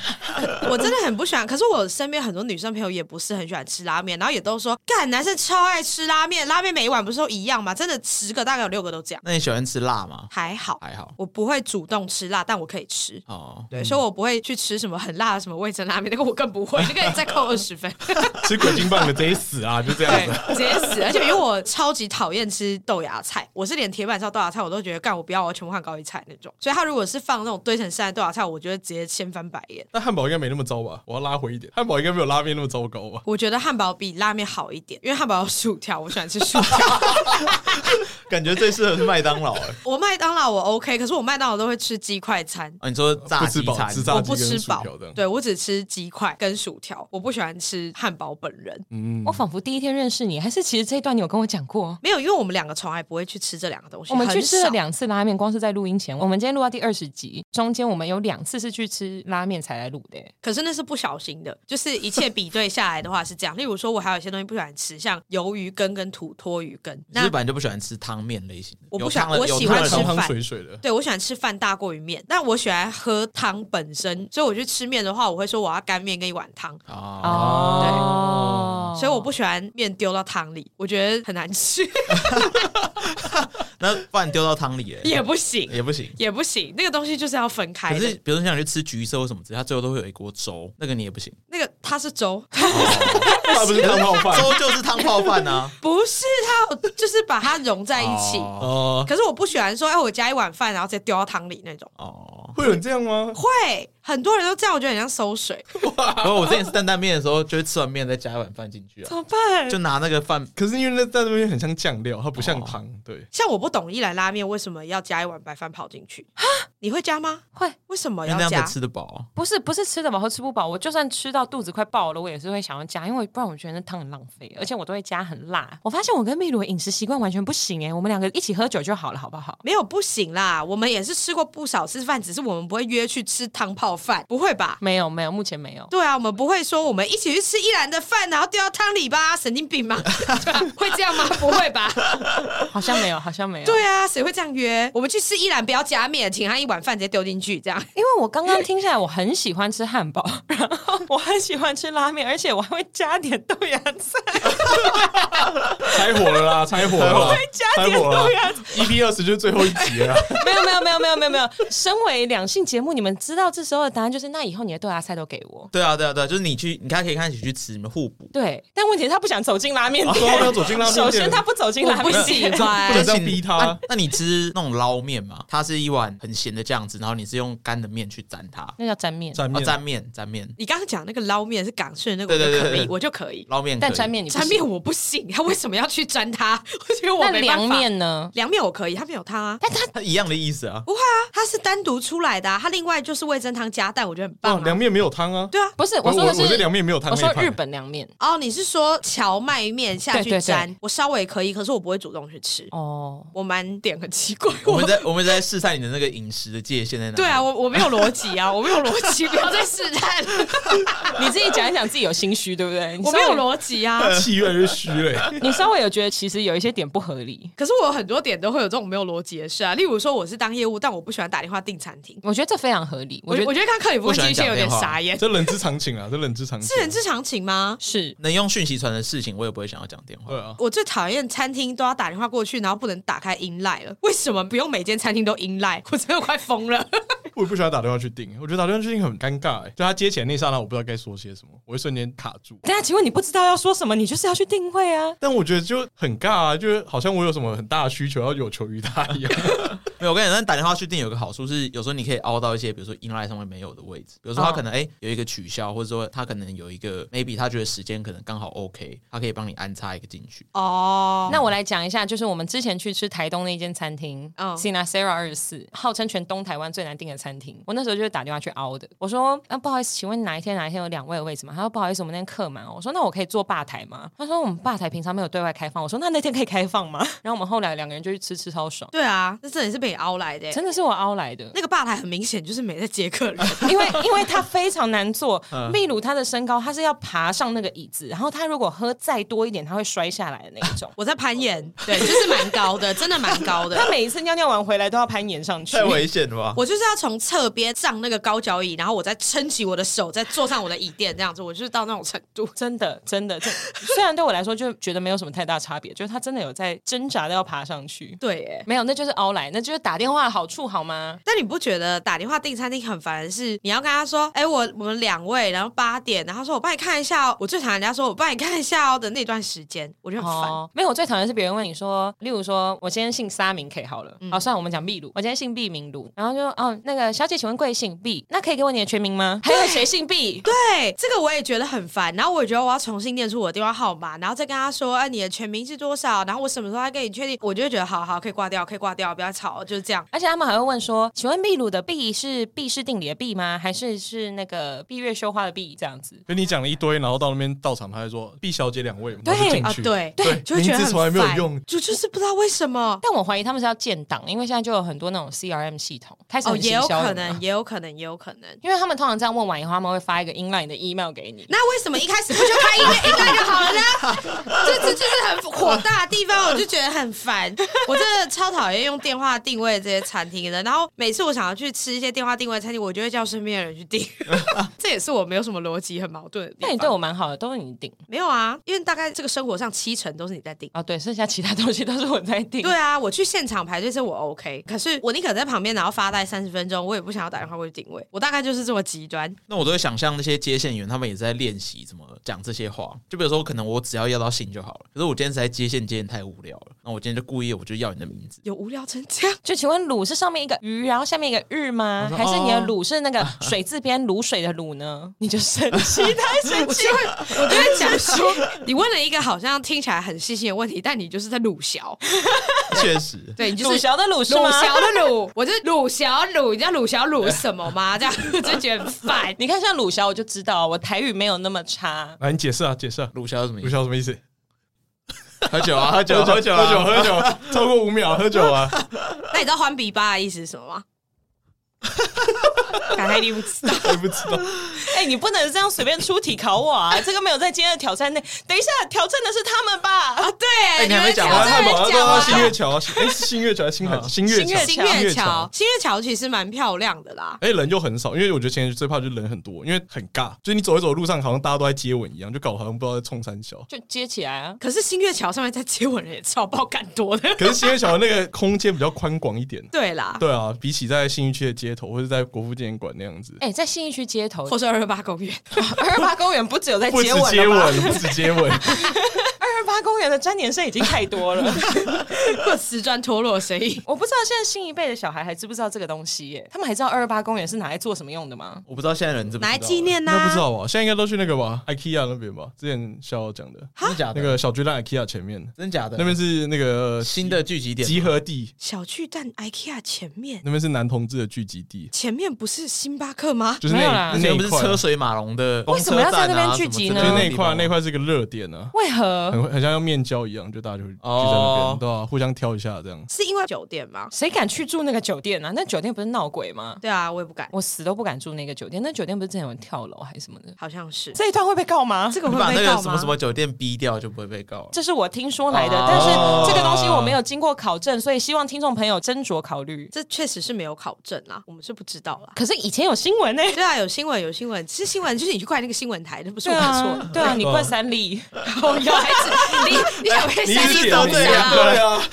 我真的很不喜欢，可是我身边很多女生朋友也不是很喜欢吃拉面，然后也都说，干男生超爱吃拉面，拉面每一碗不是都一样吗？真的十个大概有六个都这样，那你喜欢吃辣吗？还好，还好我不会主动吃辣，但我可以吃。哦。对，所以我不会去吃什么很辣的什么味噌拉面，那个我更不会，那个再扣二十分，吃鬼金棒的贼死啊，就这样子。对，直接死。而且因为我超级讨厌吃豆芽菜，我是连铁板烧豆芽菜我都觉得干，我不要，我要全部换高丽菜那种。所以他如果是放那种堆成山的豆芽菜，我就会直接先翻白眼。但汉堡应该没 那么糟吧？我要拉回一点，汉堡应该没有拉面那么糟糕吧？我觉得汉堡比拉面好一点，因为汉堡有薯条，我喜欢吃薯 条。感觉最适合是麦当劳。欸哎我麦当劳我 OK，可是我麦当劳都会吃鸡块餐，哦，你说炸不吃鸡饱餐，吃我炸鸡不跟薯吃饱条这，样。对我只吃鸡块跟薯条，我不喜欢吃汉堡本人。嗯我仿佛第一天认识你，还是其实这一段你有跟我讲过。没有，因为我们两个从来不会去吃这两个东西。我们去很吃了少两次拉面，光是在录音前，我们今天录到第二十集，中间我们有两次是去吃拉面才来录的、欸。可是那是不小心的，就是一切比对下来的话是这样。例如说，我还有一些东西不喜欢吃，像鱿鱼羹跟土托鱼羹。日那本就不喜欢吃汤面类型的，我不有喜欢汤的我有喜汤欢的吃汤东西饭汤水水 的，对我喜欢吃饭大过于面，但我喜欢喝汤本身，所以我去吃面的话，我会说我要干面跟一碗汤。啊。哦哦，所以我不喜欢面丢到汤里，我觉得很难吃，那饭丢到汤里哎也不行，也不行。也不行，那个东西就是要分开可是的。比如说你想去吃橘色或什么之类，它最后都会有一锅粥，那个你也不行。那个它是粥，那不是汤泡饭粥就是汤泡饭 啊。不是它有，就是把它融在一起。哦哦，可是我不喜欢说，哎，我加一碗饭，然后直接丢到汤里那种。哦，会有人这样吗？会，很多人都这样，我觉得很像馊水，然哦后我之前吃担担面的时候，就会吃完面再加一碗饭进 去啊怎，么办？就拿那个饭可是因为那在那边很像酱料，它不像汤，对，像我不懂一兰拉面为什么要加一碗白饭泡进去你会加吗？会，为什么因为那哦要样加才？吃得饱。啊不是不是吃得饱或吃不饱，我就算吃到肚子快爆了，我也是会想要加，因为不然我觉得那汤很浪费，而且我都会加很辣。我发现我跟秘鲁的饮食习惯完全不行哎、我们两个一起喝酒就好了，好不好？没有不行啦，我们也是吃过不少次饭，只是我们不会约去吃汤泡饭，不会吧？没有没有，目前没有。对啊，我们不会说我们一起去吃一兰的饭，然后丢到汤里吧？神经病吗？ 会这样吗？不会吧？好像没有，好像没有。，对啊，谁会这样约？我们去吃一兰，不要加面，请他一碗饭直接丢进去，这样因为我刚刚听下来，我很喜欢吃汉 堡，然后我很喜欢吃拉面，而且我还会加点豆芽菜。拆火了 啦，拆火了啦，加拆点火豆了芽啦，EP 二十就是最 后一集 了啦，没有没有没有没有没有没有。身为两性节目，你们知道这时候的答案就是，那以后你的豆芽菜都给我。对啊，对啊，对啊，就是你去，你看可以看一起去吃，你们互补。对，但问题是他不想走进拉面啊说店。要走进拉面店，首先他不走进拉我不面喜店，不欢能。这样逼他啊那你吃那种捞面嘛？它是一碗很咸的酱汁，然后你是用干的面去沾它，啊，那叫沾面。沾面沾面沾面你刚刚讲那个捞面是港式的那个，我对就对可对以，对我就可以。捞面可以，但沾面你不沾行面我不行，他为什么要去沾它？ 我觉得我那没办法凉，面呢？凉面我可以，它没有汤啊，但它它一样的意思啊。它是单独出来的、啊，它另外就是味噌汤加蛋，我觉得很棒、哦啊。凉面没有汤啊，对啊，不是我我说的我这是凉面没有汤我那说一派，日本凉面哦，你是说荞麦面下去对对对沾？我稍微可以，可是我不会主动去吃。哦。我蛮点很奇怪，我们在我们在试探你的那个饮食的界限在 哪？对啊，，我我没有逻辑 啊，我没有逻辑，不要再试探了，你自己讲一讲，自己有心虚对不对？你我没有稍微逻辑啊。气怨来越虚 嘞、你稍微有觉得其实有一些点不合理。可是我有很多点都会有这种没有逻辑的事啊，例如说我是当业务，但我不喜欢打电话订餐厅。我觉得这非常合理，我我觉我得觉得看克里夫不喜欢基线有点讲电话傻眼，这人之常情啊，这人之常情。是人之常情吗？是。能用讯息传的事情，我也不会想要讲电话对。啊，我最讨厌餐厅都要打电话过去，然后不能打开 inline 了。为什么不用每间餐厅都 inline？我真的快疯了。我也不喜欢打电话去订，我觉得打电话去订很尴尬、欸，就他接起来那一刹那，我不知道该说些什么，我会瞬间卡住。等一下，请问你不知道要说什么，你就是要去定位啊？但我觉得就很尬啊，就是好像我有什么很大的需求要有求于他一样。没有，我跟你讲，但打电话去订有个好处是，有时候你可以凹到一些，比如说 inline 上面没有的位置，比如说他可能哎、诶有一个取消，或者说他可能有一个 maybe 他觉得时间可能刚好 OK，他可以帮你安插一个进去。 哦，那我来讲一下，就是我们之前去吃台东那间餐厅嗯，Sina Sarah 二十四，号称全东台湾最难订的餐厅。我那时候就是打电话去凹的，我说啊，不好意思，请问哪一天哪一天有两位的位置吗？他说不好意思，我们那天客满哦。我说那我可以坐吧台吗？他说我们吧台平常没有对外开放。我说那那天可以开放吗？ 然后我们后来两个人就去吃，吃超爽，对啊，这真的是被你凹来的欸。真的是我凹来的。那个吧台很明显就是没在接客人，因为 因为他非常难做，秘鲁他的身高他是要爬上那个椅子，然后他如果喝再多一点，他会摔下来的那一种 。我在攀岩，对，就是蛮高的，真的蛮高的。他每一次尿尿完回来都要攀岩上去，险了吧？ 我就是要从侧边上那个高脚椅，然后我再撑起我的手，再坐上我的椅垫，这样子，我就是到那种程度。真的，真的，真虽然对我来说就觉得没有什么太大差别，就是他真的有在挣扎的要爬上去，对，耶。没有，那就是凹来，那就是打电话的好处好吗？但你不觉得打电话订餐厅很烦？是你要跟他说，哎、我我们两位，然后八点，然后说我帮你看一下哦。我最讨厌人家说我帮你看一下哦的那段时间，我就很烦。哦，没有，我最讨厌是别人问你说，例如说我今天姓沙明 K 好了，好、算了，我们讲秘鲁，我今天姓毕明鲁，然后就哦，那个小姐，请问贵姓毕？那可以给我你的全名 吗？还有谁姓毕？对，这个我也觉得很烦。然后我也觉得我要重新念出我的电话号码，然后再跟他说，哎、你的全名是多少？然后我什么时候再跟你确定？我就会觉得，好好，可以挂掉，可以挂掉，不要吵，就是这样。而且他们还会问说：“请问秘鲁的毕是毕氏定理的毕吗？还是是那个闭月羞花的闭这样子跟你讲了一堆，然后到那边到场，他还说毕小姐两位，然后就对进啊去，，对对就会觉得名很字从来没有烦用就就是不知道为什 么？”。但我怀疑他们是要建档，因为现在就有很多那种 CRM 系统开始哦，很也行有销了嘛可 能，。也有可能，也有可能。因为他们通常这样问完以后，他们会发一个 inline 的 email 给你。那为什么一开始不就开一个一个就好了呢？这这就是很火大的地方，我就觉得很烦。我真的超讨厌用电话定位这些餐厅的。然后每次我想要去吃一些电话定位餐厅，我就会叫身边的人去订。这也是我没有什么逻辑、很矛盾的地那方。你对我蛮好的，都是你定没有啊？因为大概这个生活上七成都是你在定。啊、对，剩下其他东西都是我在定。对啊，我去现场排队是我 OK，可是我宁可在旁边然后发呆三十分钟，我也不想要打电话过去定位。我大概就是这么极端。那我都会想象那些接线员，他们也在练习怎么讲这些话。就比如说，可能我只要要到信就好了，可是我今天实在接线接的太无聊了，那我今天就故意我就要你的名字。有无聊成这样， 就请问鲁是上面一个鱼，然后下面一个日吗？还是你的鲁是那个水字边卤水的卤呢？ 你就生气，太生气了。我就会讲说，你问了一个好像听起来很细心的问题，但你就是在鲁小，确 实，对你就鲁是。小的鲁是鲁吗？小的鲁，我就是鲁小鲁，你知道鲁小鲁什么吗？这样就觉得很 烦。你看像鲁小，我就知道我台语没有那么差。来你解释啊，解释啊，鲁潇什么意鲁思？小什么意思？喝酒啊， 喝酒，喝喝酒，酒喝酒，喝酒，超过五秒喝酒啊！那你知道欢比巴的意思是什么吗？打开你不知道，我也不知道，哎、你不能这样随便出题考我啊！这个没有在今天的挑战内。等一下，挑战的是他们吧？对，哎你还没讲们完讲汉堡完要讲到完新月桥啊，新哎是新月桥还是新海啊新月新月桥？新新月月桥桥，新月桥其实蛮漂亮的啦。哎，人又很少，因为我觉得前天最怕就是人很多，因为很尬，就是你走一走路上好像大家都在接吻一样，就搞得好像不知道在冲三小。就接起来啊！可是新月桥上面在接吻人也超爆感多的。可是新月桥的那个空间比较宽广一点，对啦，对啊，比起在信义区的街头或者在国父纪念馆那样子，哎、在信义区街头 或，是二二八公园，二二八公园不只有在不止接吻接了吧？吻，不止接二吻，二八公园的粘连声已经太多了，或瓷砖脱落的声音。 我不知道现在新一辈的小孩还知不知道这个东西耶？他们还知道二二八公园是拿来做什么用的吗？我不知道现在人知不知道啊拿来纪，念啊应呐、该不知道吧？现在应该都去那个吧，IKEA 那边吧，之前逍遥讲的真的假的？那个小巨蛋 IKEA 前面，真假的？那边是那个呃新的聚集点集合地，小巨蛋 IKEA 前面，那边是男同志的聚集地，前面不是星巴克吗？就是那没有啦那那那不一是块啊，车就是水马龙的、为什么要在那边聚集呢啊那一块那一块是个热点啊，为何？很会很像要面交一样，就大家就会聚在那哦边，对吧？互相挑一下这样。是因为酒店吗？谁敢去住那个酒店啊？那酒店不是闹鬼吗？对啊，我也不敢，我死都不敢住那个酒店。那酒店不是之前有人跳楼还是什么的？好像是这一段会被告吗？这个你会把那被个告什么吗什？么酒店逼掉就不会被告了。啊这是我听说来的，哦但是这个东西我没有经过考证，所以希望听众朋友斟酌考虑。这确实是没有考证啊啦，我们是不知道啦。可是以前有新闻呢、对啊，有新闻，有新闻。其实新闻就是你去怪那个新闻台，这不是对我的啊错。，对啊，你怪三立，我有孩子， 你你想被你三一直立得封罪杀两啊？个人， 啊，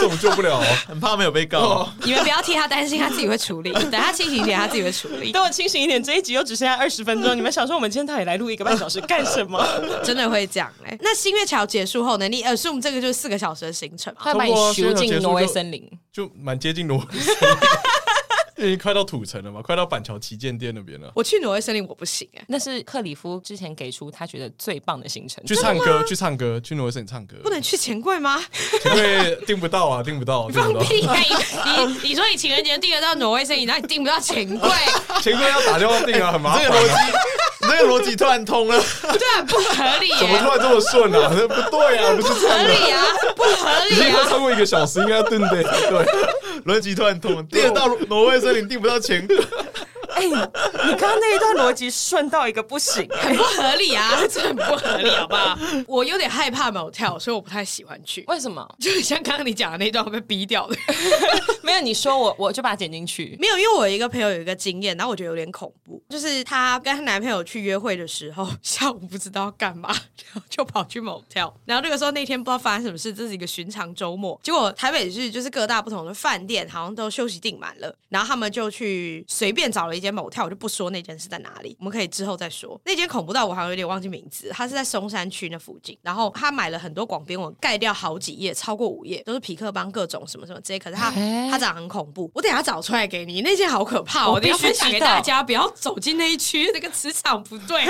这我救不了。很怕没有被告。啊你们不要替他担心，他自己会处理。等他清醒一点，他自己会处理等。我清醒一点，这一集又只剩下二十 分钟。你们想说我们今天到底来录一个半小时干什么？真的会这样哎、那新月桥结束后呢？你 assume 这个就是四个小时的行程嘛？ 快把你囚进挪威森林。就蛮接近挪威森林，已经快到土城了嘛，快到板桥旗舰店那边了。我去挪威森林我不行哎、那是克里夫之前给出他觉得最棒的行程，去唱歌，去唱歌，去挪威森林唱歌，不能去钱柜吗？因为订不到啊，订不到，订放不到。屁！你你你说你情人节订得到挪威森林，那你订不到钱柜， 钱柜要打电话订啊，很麻这烦个。逻辑，这个逻辑突然通了。 对啊，不合理、怎么突耶然这么顺啊？这不对啊，不是这不合样的。理啊，不合已理经啊快！超过一个小时，应该要订的。 对，逻辑突然通，订得到挪威森林订不到钱， 哎、你刚刚那一段逻辑顺到一个 不行、很不合理啊， 这很不合理，好不好？我有点害怕 motel，所以我不太喜欢 去。为什么？就是像刚刚你讲的那段，我被逼掉的。没有你说我，我就把它剪进去。 没有，因为我有一个朋友有一个经验，然后我觉得有点恐怖，就是她跟她男朋友去约会的时候， 下午不知道干嘛，然后就跑去 motel，然后那个时候那天不知道发生什么事，这是一个寻常周末，结果台北市就是各大不同的饭店好像都休息订满了，然后他们就去随便找了一间 motel，我就不说那间是在哪里，我们可以之后再说。那间恐怖到我好像有点忘记名字，它是在松山区那附近，然后他买了很多广编文，盖掉好几页，超过五页，都是皮克邦各种什么什么这些，可是他哎他长得很恐怖，我等一下找出来给你。那件好可怕、哦，我我等一下必须分享给知道大家，不要走进那一区， 那个磁场不 对。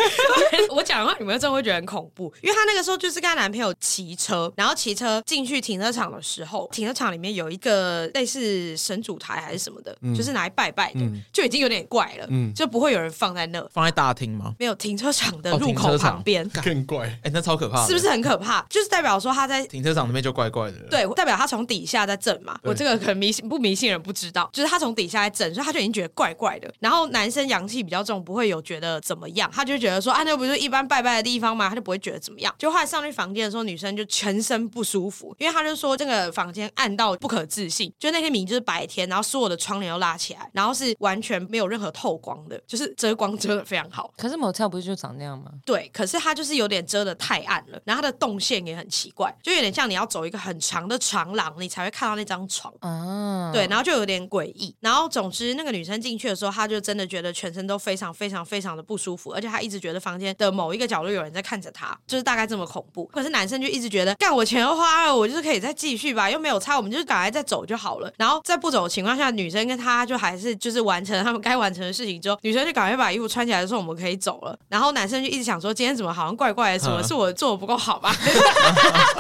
我我讲的话，你们真的会觉得很恐怖，因为她那个时候就是跟她男朋友骑车，然后骑车进去停车场的时候，停车场里面有一个类似神主台还是什么的，嗯就是拿来拜拜的，就已经有点怪了，就不会有人放在那，放在大厅吗？没有停车场的哦入停口车场旁边，更怪。哎，那超可怕的，是不是？很可怕？就是代表说她在停车场那边就怪怪的。，对，代表他从底下在震嘛。对我这个可能迷信不迷信的人不知道，就是他从底下在震，所以他就已经觉得怪怪的。然后男生阳气比较重，不会有觉得怎么样，他就觉得说啊，那不是一般拜拜的地方嘛，他就不会觉得怎么样。就后来上去房间的时候，女生就全身不舒服，因为他就说这个房间暗到不可置信，就那天明明就是白天，然后所有的窗帘都拉起来，然后是完全没有任何透光的，就是遮光遮的非常好。可是 motel 不是就长那样吗？对，可是它就是有点遮的太暗了，然后它的动线也很奇怪，就有点像你要走一个很长的长廊，你才会看到那张床。啊，对，然后就有点诡异。然后总之，那个女生进去的时候，她就真的觉得全身都非常非常非常的不舒服，而且她一直觉得房间的某一个角落有人在看着她，就是大概这么恐怖。可是男生就一直觉得，干我钱都花了，我就是可以再继续吧，又没有差，我们就是赶快再走就好了。然后在不走的情况下，女生跟他就还是就是完成了他们该完成的事情之后，女生就赶快把衣服穿起来，说我们可以走了。然后男生就一直想说，今天怎么好像怪怪的，什么嗯是我做的不够好吧？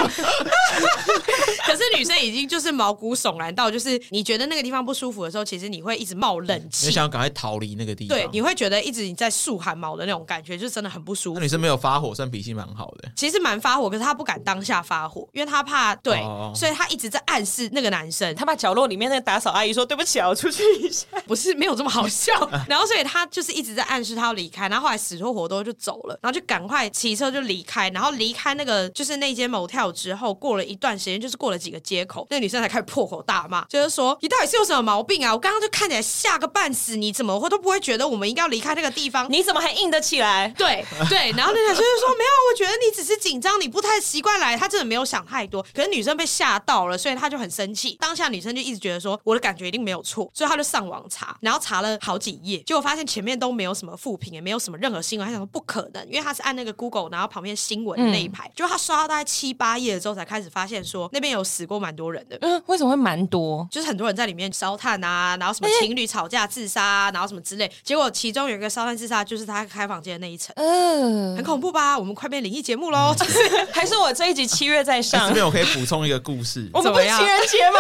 可是女生已经就是毛骨悚然到，就是你觉得那个地方不舒服的时候，其实你会一直冒冷你气，想要赶快逃离那个地方。对，你会觉得一直你在竖汗毛的那种感觉，就真的很不舒那服。女生没有发火，算脾气蛮好的。其实蛮发火，可是她不敢当下发火，因为她怕对，哦所以她一直在暗示那个男生，他把角落里面那个打扫阿姨说对不起啊，我出去一下。 不是没有这么好笑。 然后所以他就是一直在暗示他要离开，然后后来死拖活拖就走了，然后就赶快骑车就离开，然后离开那个就是那间 motel 之后，过了一段时间，就是过了几个街口，那女生才开始破口大骂，就是说你到底是有什么毛病啊？我刚刚就看起来吓个半死，你怎么会都不会觉得我们应该要离开那个地方？ 你怎么还硬得起来？对对，然后那男生就说没有，我觉得你只是紧张，你不太习惯来。他真的没有想太多，可是女生被吓到了，所以他就很生气。当下女生就一直觉得说我的感觉一定没有错，所以他就上网查，然后查了好几页，结果发现前面都没有什么负评，也没有什么任何新闻。他想说不可能，因为他是按那个 Google，然后旁边新闻的那一排，就他刷到大概七八页之后才开始发现说那边有死过蛮多人的。嗯， 为什么会蛮多？就是很多人在里面烧炭啊，然后什么情侣吵架自杀、啊，然后什么之类。结果其中有一个烧炭自杀，就是他开房间的那一层。呃很，恐怖吧？我们快变灵异节目喽！就是 还是我这一集七月再哎上这。边我可以补充一个故事 。我们不怎么是样情人节吗？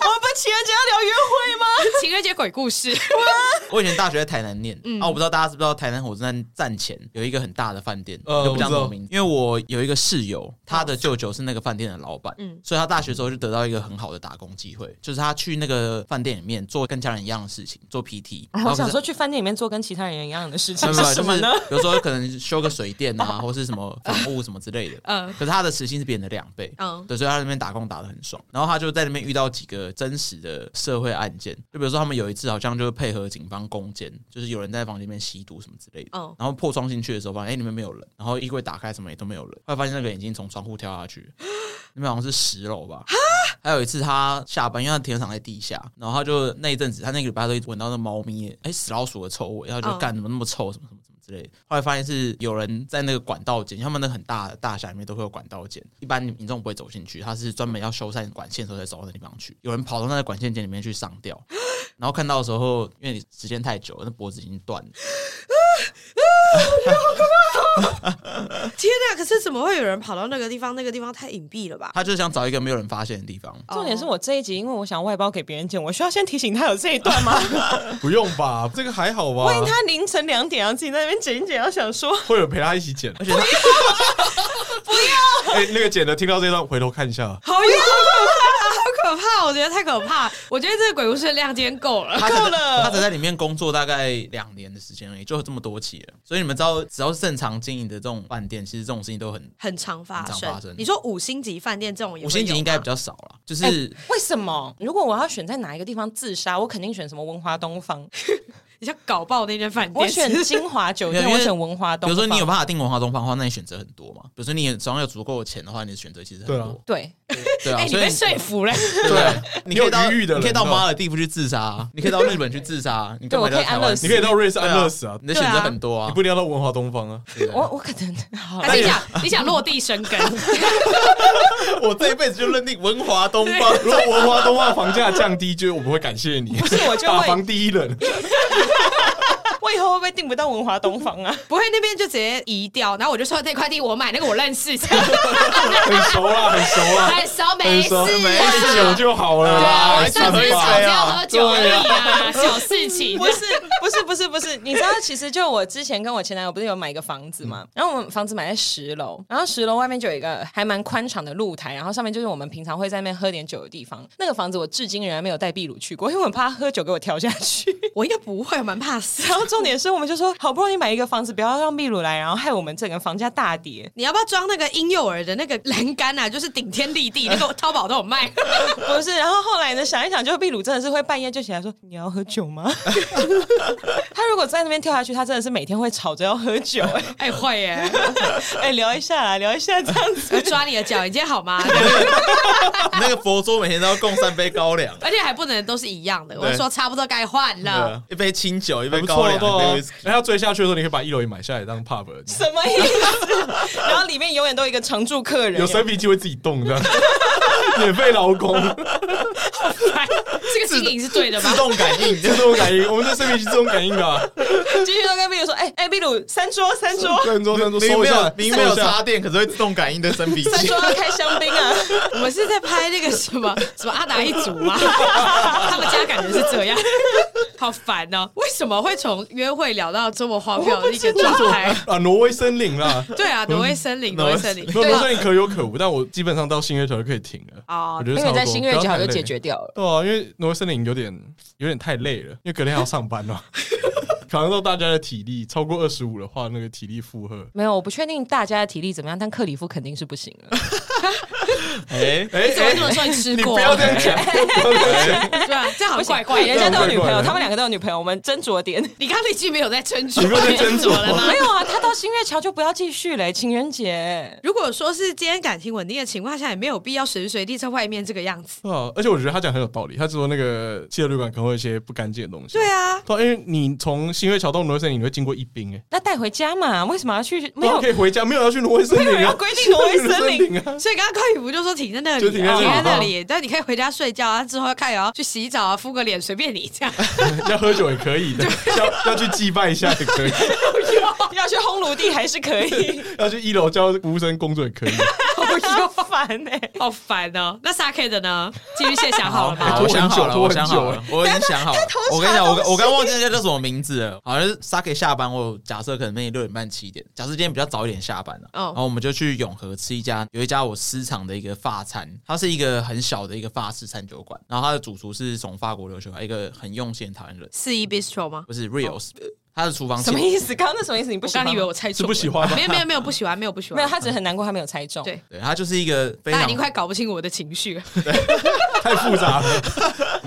我们不 情人节要聊约会吗？情人节鬼故事，我以前大学在台南念，嗯啊，我不知道大家知不知道台南火车站站前有一个很大的饭店，呃就不讲什我么知道名字，因为嗯我有一个室友，他的舅舅是那个饭店的老板，嗯所以他大学的时候就得到一个很好的打工机会，就是他去那个饭店里面做跟家人一样的事情，做 PT，然哎我后可想哦是说去饭店里面做跟其他人一样的事没情 有没有是什么呢？就是比如说可能修个水 电啊，或是什么房屋什么之类的。嗯可是他的时薪是别人的两倍，嗯对，所以他在那边打工打得很爽。然后他就在那边遇到几个真实的社会案件，就比如说他们有一次好像就是配合警方攻坚，就是有人在房间里面吸毒什么之类的。嗯，然后破窗进去的时候，发现哎、里面没有人，然后衣柜打开什么也都没有人，后来发现那个人已经从窗户跳 下去，那边好像是十楼吧。还有一次他下班，因为他停车场在地下，然后他就那一阵子，他那个礼拜都一直闻到那猫咪哎、死老鼠的臭味，然后就嗯干怎么那么臭什么什么什么之类的。后来发现是有人在那个管道间，他们那个很大的大厦里面都会有管道间，一般民众不会走进去，他是专门要修缮管线的时候才走到那地方去。有人跑到那个管线间里面去上吊，然后看到的时候，因为你时间太久了，那脖子已经断了。天哪！可是怎么会有人跑到那个地方？那个地方太隐蔽了吧？他就是想找一个没有人发现的地方。 重点是我这一集，因为我想外包给别人剪，我需要先提醒他有这一段 吗？哦不用吧，这个还好吧万一他凌晨两点要自己在那边剪一剪，要想说会有陪他一起剪，而且他不要，哎、那个剪的听到这段回头看一下， 好呀，好可怕，好可怕！我觉得太可怕。我觉得这个鬼故事的亮点够了。他才他才在里面工作大概两年的时间而已，就这么多起了。所以你们知道，只要是正常经营的这种饭店，其实这种事情都很很常发很生。常发生你说五星级饭店这种也会有五吗星级应该比较少了，就是、为什么？如果我要选在哪一个地方自杀，我肯定选什么文华东方，你像搞爆那间饭店，我选金华酒 没店，有因为我选文华比东如方。说你有办法订文化东方的话，那你选择很多嘛。比如说你手上有足够的钱的话，你的选择其实很多。对，对啊，哎、你所以被说服 了。对，啊你可以到啊你有余裕的人你可以到你知道马尔地夫去自杀啊， 你可以到日本去自杀 啊，你干嘛对我可以要台安湾乐？死你可以到瑞士对安乐死啊，你的选择很多你啊不。一定要到文华东方啊，对啊我我可能好了还是你啊想你想落地生根？我这一辈子就认定文华东方。如果文华东方房价降低，就是我们会感谢你，不是我就打会房，第一人。我以后会不会订不到文华东方 啊？不会那边就直接移掉，然后我就说那块地我买，那个我认识， 很很熟啦，很熟啦，熟很没事熟，啊，喝酒就好了啊啦，我上上算次次了吵吧是架喝酒而 已啊，小事情不。是不是不是不是，你知道，其实就我之前跟我前男友不是有买一个房子嘛，然后我们房子买在十楼，然后十楼外面就有一个还蛮宽敞的露台，然后上面就是我们平常会在那边喝点酒的地方。那个房子我至今仍然没有带壁炉去过，因为我很怕他喝酒给我跳下去。 我应该不会，我蛮怕死。然后重点是，我们就说好不容易买一个房子，不要让秘鲁来，然后害我们整个房价大跌。你要不要装那个婴幼儿的那个栏杆啊？就是顶天立地，那 个淘宝都有卖。 不是，然后后来呢，想一想，就秘鲁真的是会半夜就起来说你要喝酒吗？ 他如果在那边跳下去，他真的是每天会吵着要喝酒、哎哎，会耶！ 哎、聊一下啦，聊一下这样子。我抓你的脚，你今天好 吗？ 那个佛桌每天都要供三杯高粱。而且还不能都是一样的，我说差不多该换啊了。一杯清酒，一还杯不高错了，粱，对啊一杯 whisky 哎，他追下去的时候，你可以把一楼也买下来当 pub，啊什么意 思？然后里面永远都有一个常驻客人，有生啤机会自己动的， 免费劳 工，这个经营是对的吗自？动感应， 自动感应，我们这生啤机自动感应啊，继续都跟秘鲁说，哎、哎，秘鲁三桌三啊桌跟桌跟桌明明收没一下有，明明没有收一下插电，可是会自动感应 的生啤三机。桌要开香槟啊！ 我们是在拍那个什 么什么阿达一族吗？他们家感觉是这样，好烦哦！为什么会从约会聊到这么荒谬的一个状态？啊，挪威森林啦。对 啊，挪威森林，挪威 森林，没有，对挪威啊，森林可有可无，但我基本上到新月球就可以停了。哦啊我觉得差不多不要太累掉了。对啊，因为挪威森林有点有点太累了，因为隔天还要上班 哦，考量到大家的体力超过二十五的话，那个体力负荷。没有，我不确定大家的体力怎么样，但克里夫肯定是不行了。哎，哎怎么会这么说你吃 你过 不？要这样 讲，不要这样讲对啊，这样好怪怪人的。家都有女朋怪怪友，的他们两个都有女朋友，我们斟酌点。 你刚刚那句没有在斟酌，你没有在斟酌了吗没？有啊，他到新月桥就不要继续嘞，情人节。如果说是今天感情稳定的情况下，也没有必要随时随地在外面这个样子。对啊，而且我觉得他讲很有道理，他说那个汽车旅馆可能会有一些不干净的东西。对啊，对啊，因为你从新月桥到挪威森林，你会经过一冰哎，那带回家嘛？为什么要去？没然后有可以回家，没有要去挪威森没有林人啊要，规定挪威森林林啊。所以刚刚高宇不就说停在那里，就停在那里哦那里，但你可以回家睡觉啊，之后看也要去洗澡啊，敷个脸，随便你这样。 要喝酒也可以的，要要去祭拜一下也可以，啊要去烘炉地还是可以。 要去一楼叫服务生工作也可以。好就烦哎、好烦哦。那 Sake 的呢？继续谢想好了好吗？我想好了，拖我很久想好了，我已经想好了。我跟你讲，我我刚忘记那叫什么名字了，好像是 Saki 下班，我假设可能那六点半七点，假设今天比较早一点下班了，哦然后我们就去永和吃一家有一家我私藏的一个法餐，它是一个很小的一个法式餐酒馆，然后它的主厨是从法国留学来，一个很用心的台湾人，四一 Bistro 吗？不是 Rios，他的厨房哦什么前意思？刚刚那什么意思？你不我喜刚欢啊吗？以为我猜是错了，不喜欢啊吗没有没有没有不喜欢，没有不喜欢，没有，他只是很难过，他没有猜中。对对，他就是一个非他常已经快搞不清我的情绪了。太复杂了，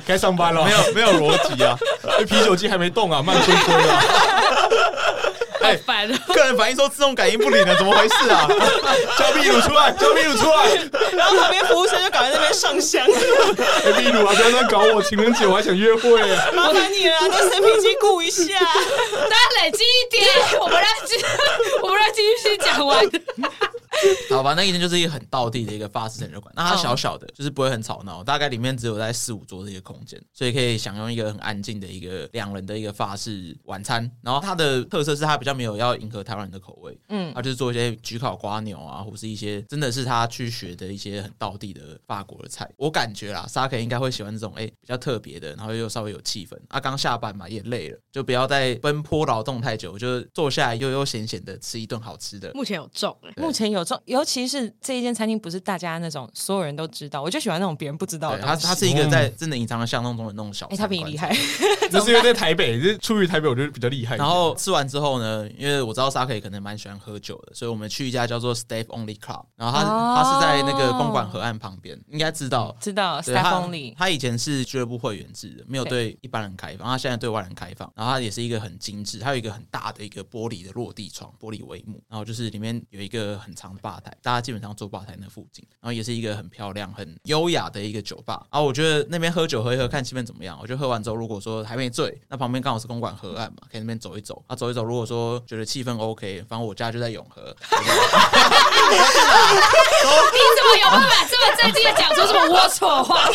该上班了。没有没有逻辑啊，有，啤酒机还没动啊，慢吞吞啊。 好 烦哦！客人反映说自动感应不灵了，怎么回事啊？叫秘鲁出来，叫秘鲁出 来，然后旁边服务生就搞在那边上香，哎秘鲁啊，不要再搞我，情人节我还想约会啊。麻烦你了，那生平机顾一下。大家冷静一点，我们让继 我们让继续先讲 完。 好吧，那一间就是一个很道地的一个法式成就馆，那它小小的，就是不会很吵闹，大概里面只有在四五桌的一个空间，所以可以享用一个很安静的一个两人的一个法式晚餐。然后它的特色是它比较没有要迎合台湾人的口味，嗯，它就是做一些焗烤瓜牛啊，或是一些真的是他去学的一些很道地的法国的菜。我感觉啦，沙克应该会喜欢这种哎、比较特别的，然后又稍微有气氛。啊，刚下班嘛也累了，就不要再奔波劳动太久，就坐下来悠悠闲闲的吃一顿好吃的。目前有中 哎， 目前有中，尤其是这一间餐厅不是大家那种所有人都知道，我就喜欢那种别人不知道的对，东它西。它是一个在真的隐藏在巷弄中的那种小。哎、他比你厉。害， 这是因为在台北，这出于台北，我觉得比较厉害一点。然后吃完之后呢，因为我知道 s a k 可能蛮喜欢喝酒的，所以我们去一家叫做 Step Only Club，然后它、哦它是在那个公馆河岸旁边，应该知道。知道对它 staff only。它以前是俱乐部会员制的，没有对一般人开放，它现在对外人开放。然后它也是一个很精致，它有一个很大的一个玻璃的落地窗、玻璃帷幕，然后就是里面有一个很长的吧台，大家基本上坐吧台那附近，然后也是一个很漂亮、很优雅的一个酒吧。啊，我觉得那边喝酒喝一喝，看气氛怎么样。我觉得喝完之后，如果说还没醉，那旁边刚好是公馆河岸嘛，可以那边走一走。啊，走一走，如果说觉得气氛 OK，反正我家就在永和，你怎么有办法这么正经的讲出这么龌龊话？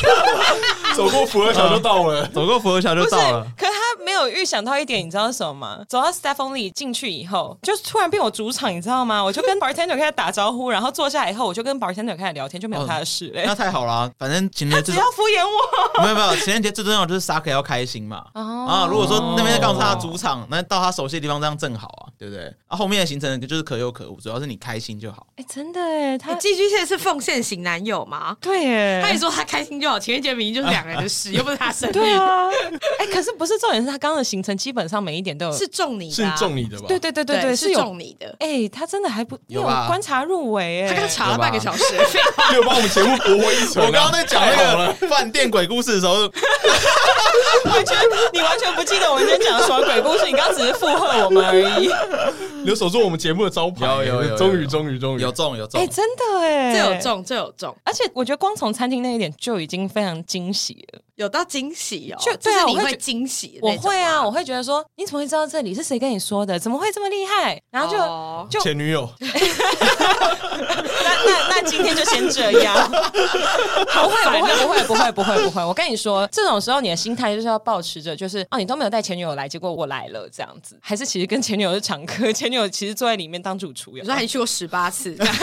走过福和桥就到了，走过佛桥就到了。可是他没有预想到一点，你知道是什么吗？走到 staff only 进去以后，就突然变我主场，你知道吗？我就跟 bartender 开始打招呼，然后坐下来以后，我就跟 bartender 开始聊天，就没有他的事嘞、那太好了啊、反正情人只节这要敷衍我，没有没有，情人节最重要就是 Saka 要开心嘛。哦啊，如果说那边刚好是他的主场，那到他熟悉的地方，这样正好啊，对不对？啊，后面的行程就是可有可无，主要是你开心 就好。哎、真的哎，他、寄居蟹是奉献型男友吗？对耶，他也说他开心就好，情人节明明就是两个人的 事，又不是他生对日，啊，哎、可是不是重点是他刚刚的行程基本上每一点都有，是中你是的啊，中你的吧？对对对对对，对，是是有，中你的。哎、他真的还不有你吧观察入围哎，他刚查了半个小时， 没有把我们 节目驳回一城啊。我刚刚在讲那太好了个饭店鬼故事的时候，完全，你完全不记得我们今天讲的什么鬼故事，你刚刚只是附和我们而 已。哦留守住我们节目的招牌，有有有有终于终于终于有中 有中哎、，真的哎，这有。中，这有中，而且我觉得光从餐厅那一点就已经非常惊喜了。有到惊喜哦，就对就啊是你我会会觉惊喜的我那种，会啊，我会觉得说，你怎么会知道这里是谁跟你说的？怎么会这么厉害？然后就、哦就前女友，那那那今天就先这 样。不会不会不会不会不会不会，我跟你说，这种时候你的心态就是要保持着，就是哦，你都没有带前女友来，结果我来了这样子，还是其实跟前女友是常客， 前女友其实坐在里面当主厨有你说还去过十八次， 这样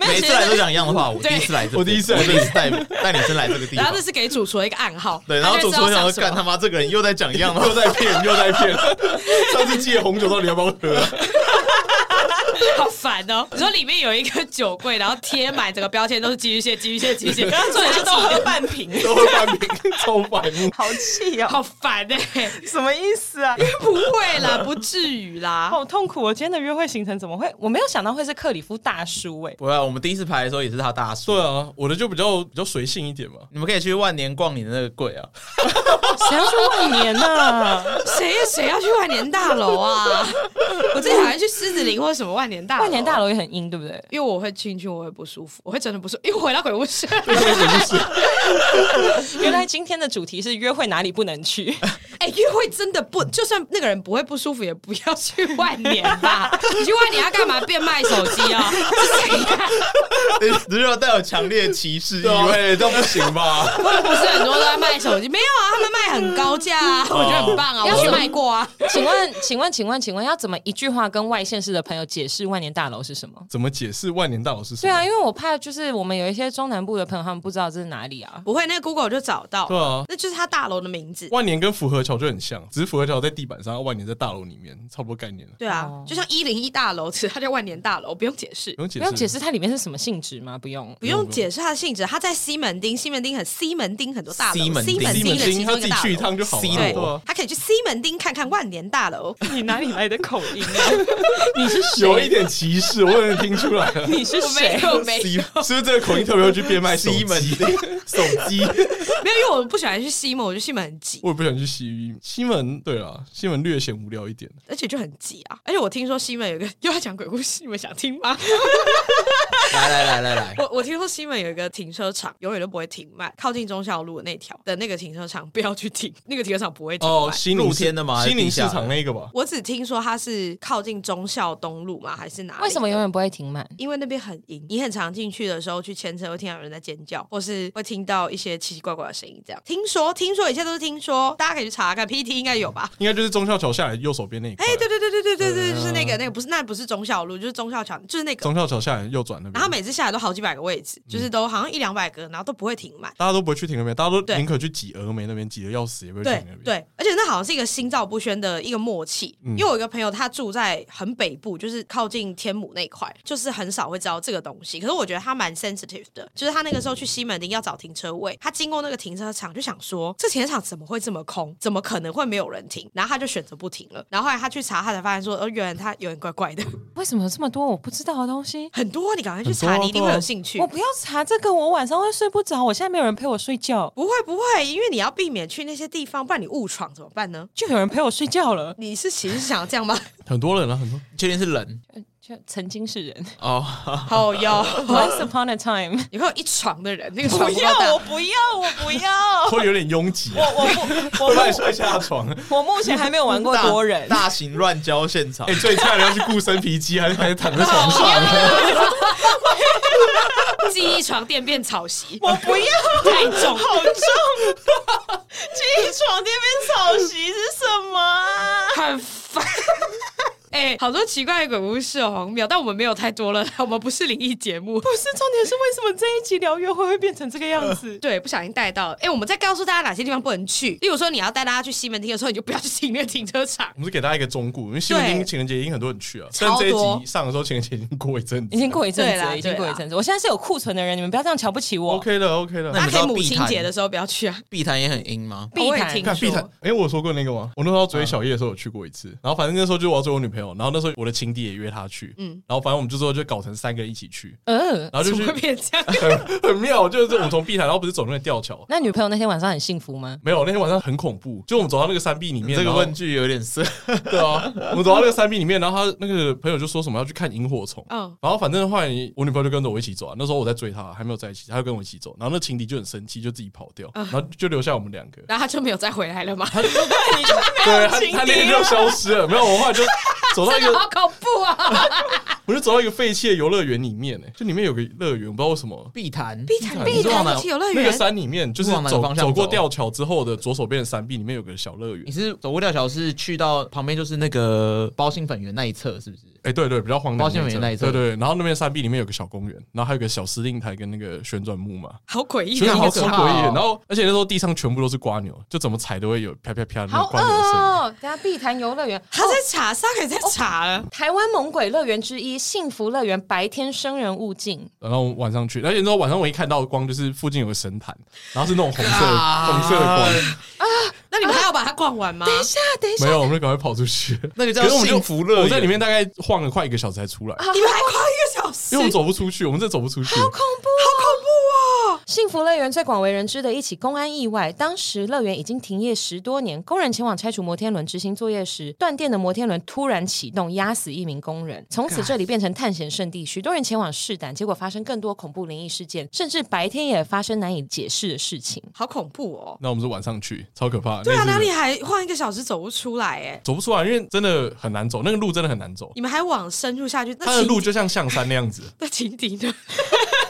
有每次来都讲一样的话。我 第对一次来这边，我第一次来我第一次带带女生来这个地然方后这。是给主厨的一个暗号，对，然后他就主知道厨想说上什么干他妈这个人又在讲一样的话， 又在骗又 在骗。上次借红酒到底要不要喝啊？好烦哦！你说里面有一个酒柜，然后贴满整个标签都是寄居蟹，寄居蟹，寄居 蟹，然后做对，人就就都都喝半 瓶，都会翻屏，超白目。 好气哦，好烦哎、什么意思啊？不会啦，不至于啦。好痛苦！我哦今天的约会行程怎么会？我没有想到会是克里夫大叔哎、不要，我们第一次排的时候也是他大叔对。啊，我的就比较比较随性一点嘛。你们可以去万年逛你的那个柜啊，谁要去万年呢、谁谁要去万年大楼啊？ 我之前好像去狮子林或什么万年大楼， 万年大，楼也很阴，对不对？因为我会进去，我会不舒服，我会真的不舒服，因为我回到鬼屋去。 原来今天的主题是约会哪里不能去， 哎、约会真的不，就算那个人不会不舒服，也不要去万年 吧。你去万年要干嘛？变卖手机啊、是谁呀、 你如果带有强烈歧视意啊对啊，味，哎，这样不行吧？不是很多都在卖手机，没有啊，他们卖很高价 啊，哦我觉得很棒啊，要我去是卖过啊。请问，请问，请问，请问，要怎么一句话跟外县市的朋友有解释万年大楼是什么？ 怎么解释万年大楼是什对么？啊，因为我怕就是我们有一些中南部的朋友，他们不知道这是哪里啊。不会，那个 Google 就找到对了，啊，那就是它大楼的名字。万年跟符合桥就很像，只是符合桥在地板上，万年在大楼里面，差不多概念了，对啊，哦就像一零一大楼，其实它叫万年大楼，不用解释不。用解不释，用解释它里面是什么性质吗？不用。不用解释它的性质，它在西门町，西门町很西门町很多大楼，西门町西门的其町他中自一个己大去一楼，趟就好了，西对对啊，他可以去西门町看看万年大楼。你哪里来的口音啊？你是有一谁？点歧视，我有点听 出来了。你是谁？有没有西是不是这个口音特别会去变卖手西机？门町 手机，没有，因为我不喜欢去西门，我觉得西门很挤，我也不想去西西门，对啊，西门略显无聊一点。而且就很挤啊。而且我听说西门有一个 又要讲鬼故事，你们想听吗？来来来来来， 我我听说西门有一个停车场，永远都不会停满，靠近忠孝路的那条的那个停车场，不要去停， 那个停车场不会停满。哦，西露宁市天的吗还是西宁地市下的场那个吧，我只听说它是靠近忠孝东路嘛，还是哪里？为什么永？远不会停满？因为那边很阴，你很常进去的时候去牵车，会听到有人在尖叫，或是会听到一些奇奇怪怪的声音。这样，听说，听说，一切都是听说，大家可以去查看 PPT，应该有吧？应该就是忠孝桥下来右手边那一块。哎、对对对对对对对，就是嗯那个那个，不是那不是忠孝路，就是忠孝桥，就是那个。忠孝桥下来右转那边。然后每次下来都好几百个位置，嗯就是都好像一两百个，然后都不会停满。大家都不会去停那边，大家都对宁可去挤峨眉那边，挤的要死也不会去对停那边。，对，而且那好像是一个心照不宣的一个默契，嗯因为我有一个朋友，他住在很北部，就是靠近天母那一块，就是很少会知道这个东西。可是我觉得他蛮 sensitive 的，就是他那个时候去西门町要找停车位，他经过那个停车场就想说，这停车场怎么会这么空？怎么可能会没有人停？然后他就选择不停了。然后后来他去查，他才发现说，哦，原来他有点怪怪的，为什么有这么多我不知道的东西？很多你赶快去很查，多啊你一定会有兴趣我。不要查这个，我晚上会睡不着。我现在没有人陪我睡觉，不会不会，因为你要避免去那些地方，不然你误闯怎么办呢？就有人陪我睡觉了。你是其实是想要这 样吗？很多人啊，很多。你确定是人就曾经是人哦？好哟， ，Once upon a time。你会有一床的人，那个床不不够大要，我不要，我不要。会有点拥挤、我 啊，我会我把我你摔下床。我目前还没有玩过多人。大型乱交现场哎、，最差的要去雇生皮机，还还躺在床上。记忆床垫变草席，我不要，太重。好重！记忆床垫边草席是什么啊？很烦。 哎、好多奇怪的鬼故事哦，荒谬。但我们没有太多了， 我们不是灵异节目。 不是重点是为什么这一集聊约会会变成这个样子？对，不小心带到了。哎、我们再告诉大家哪些地方不能去。例如说，你要带大家去西门町的时候，你就不要去停那个停车场我。们是给大家一个忠告，因为西门町对情人节已经很多人去啊，超但这一多集上的时候情人节已经过一阵子， 已经过一阵子对啦了，已经过一阵子。我现在是有库存的人，你们不要这样瞧不起我。 OK 的 OK 的那。大家你知可道以母碧亲潭节的时候不要去啊。碧潭也很阴吗？碧我也潭听看碧潭说，哎、我有说过那个吗？我那时候追小叶的时候有去过一次，然后反正那时候就我要追我女朋友，然后那时候我的情敌也约她去，嗯，然后反正我们就之后就搞成三个人一起去，嗯，然后就怎么去会变这 样？很很妙，就是我们从碧潭，然后不是走那个吊桥，那女朋友那天晚上很幸福吗？没有，那天晚上很恐怖，就我们走到那个山壁里面，这个然后问句有点色，对啊， 我们走到那个山壁里面，然后他那个朋友就说什么要去看萤火虫，嗯然后反正后来我女朋友就跟着我一起走、啊，那时候我在追她，还没有在一起，她就跟我一起走，然后那情敌就很生气，就自己跑掉，嗯然后就留下我们两 个，然后他就没有再回来了吗？对，他啊他那天就消失了，没有，我后来就走到一真的好个，恐怖啊！我就走到一个废弃的游乐园里面，哎，就里面有个乐园，我不知道为什么。碧潭碧潭碧碧潭潭不是游乐那个园，山里面，就是往哪个走方向走过吊桥之后的左手边的山壁里面有个小乐园你，是走过吊桥，是去到旁边就是那个包心粉圆那一侧，是不是？哎、对对，比较荒凉包厢园那一侧对对，然后那边山壁里面有个小公园，然后还有个小司令台跟那个旋转木马，好诡异就天的。啊是好超可怕诡异的。哦然后而且那时候地上全部都是瓜牛，就怎么踩都会有啪啪啪的那好个饿瓜牛的声音。哦！等下碧潭游乐园，他在查，沙可以在查了。台湾猛鬼乐园之一幸福乐园，白天生人勿近。然后晚上去，而且那时候晚上我一看到光，就是附近有个神坛，然后是那种红色的、红色的光，那你们还要把它逛完吗？等一下，等一下没，有，我们就赶快跑出去。 那个叫可是我们就幸福乐园我在里面大概晃了快一个小时才出来，你们还逛一个小时因为我们走不出去，我们真的走不出去。恐怖、好恐怖哦！嗯幸福乐园最广为人知的一起公安意外，当时乐园已经停业十多年，工人前往拆除摩天轮执行作业时，断电的摩天轮突然启动，压死一名工人。从此这里变成探险圣地，许多人前往试胆，结果发生更多恐怖灵异事件，甚至白天也发生难以解释的事情。好恐怖哦！那我们是晚上去，超可怕。对那啊，次哪里还晃一个小时走不出来哎、走不出来？因为真的很难走，那个路真的很难走。你们还往深入下去，那它的情路就像象山那 样子，那情敌呢？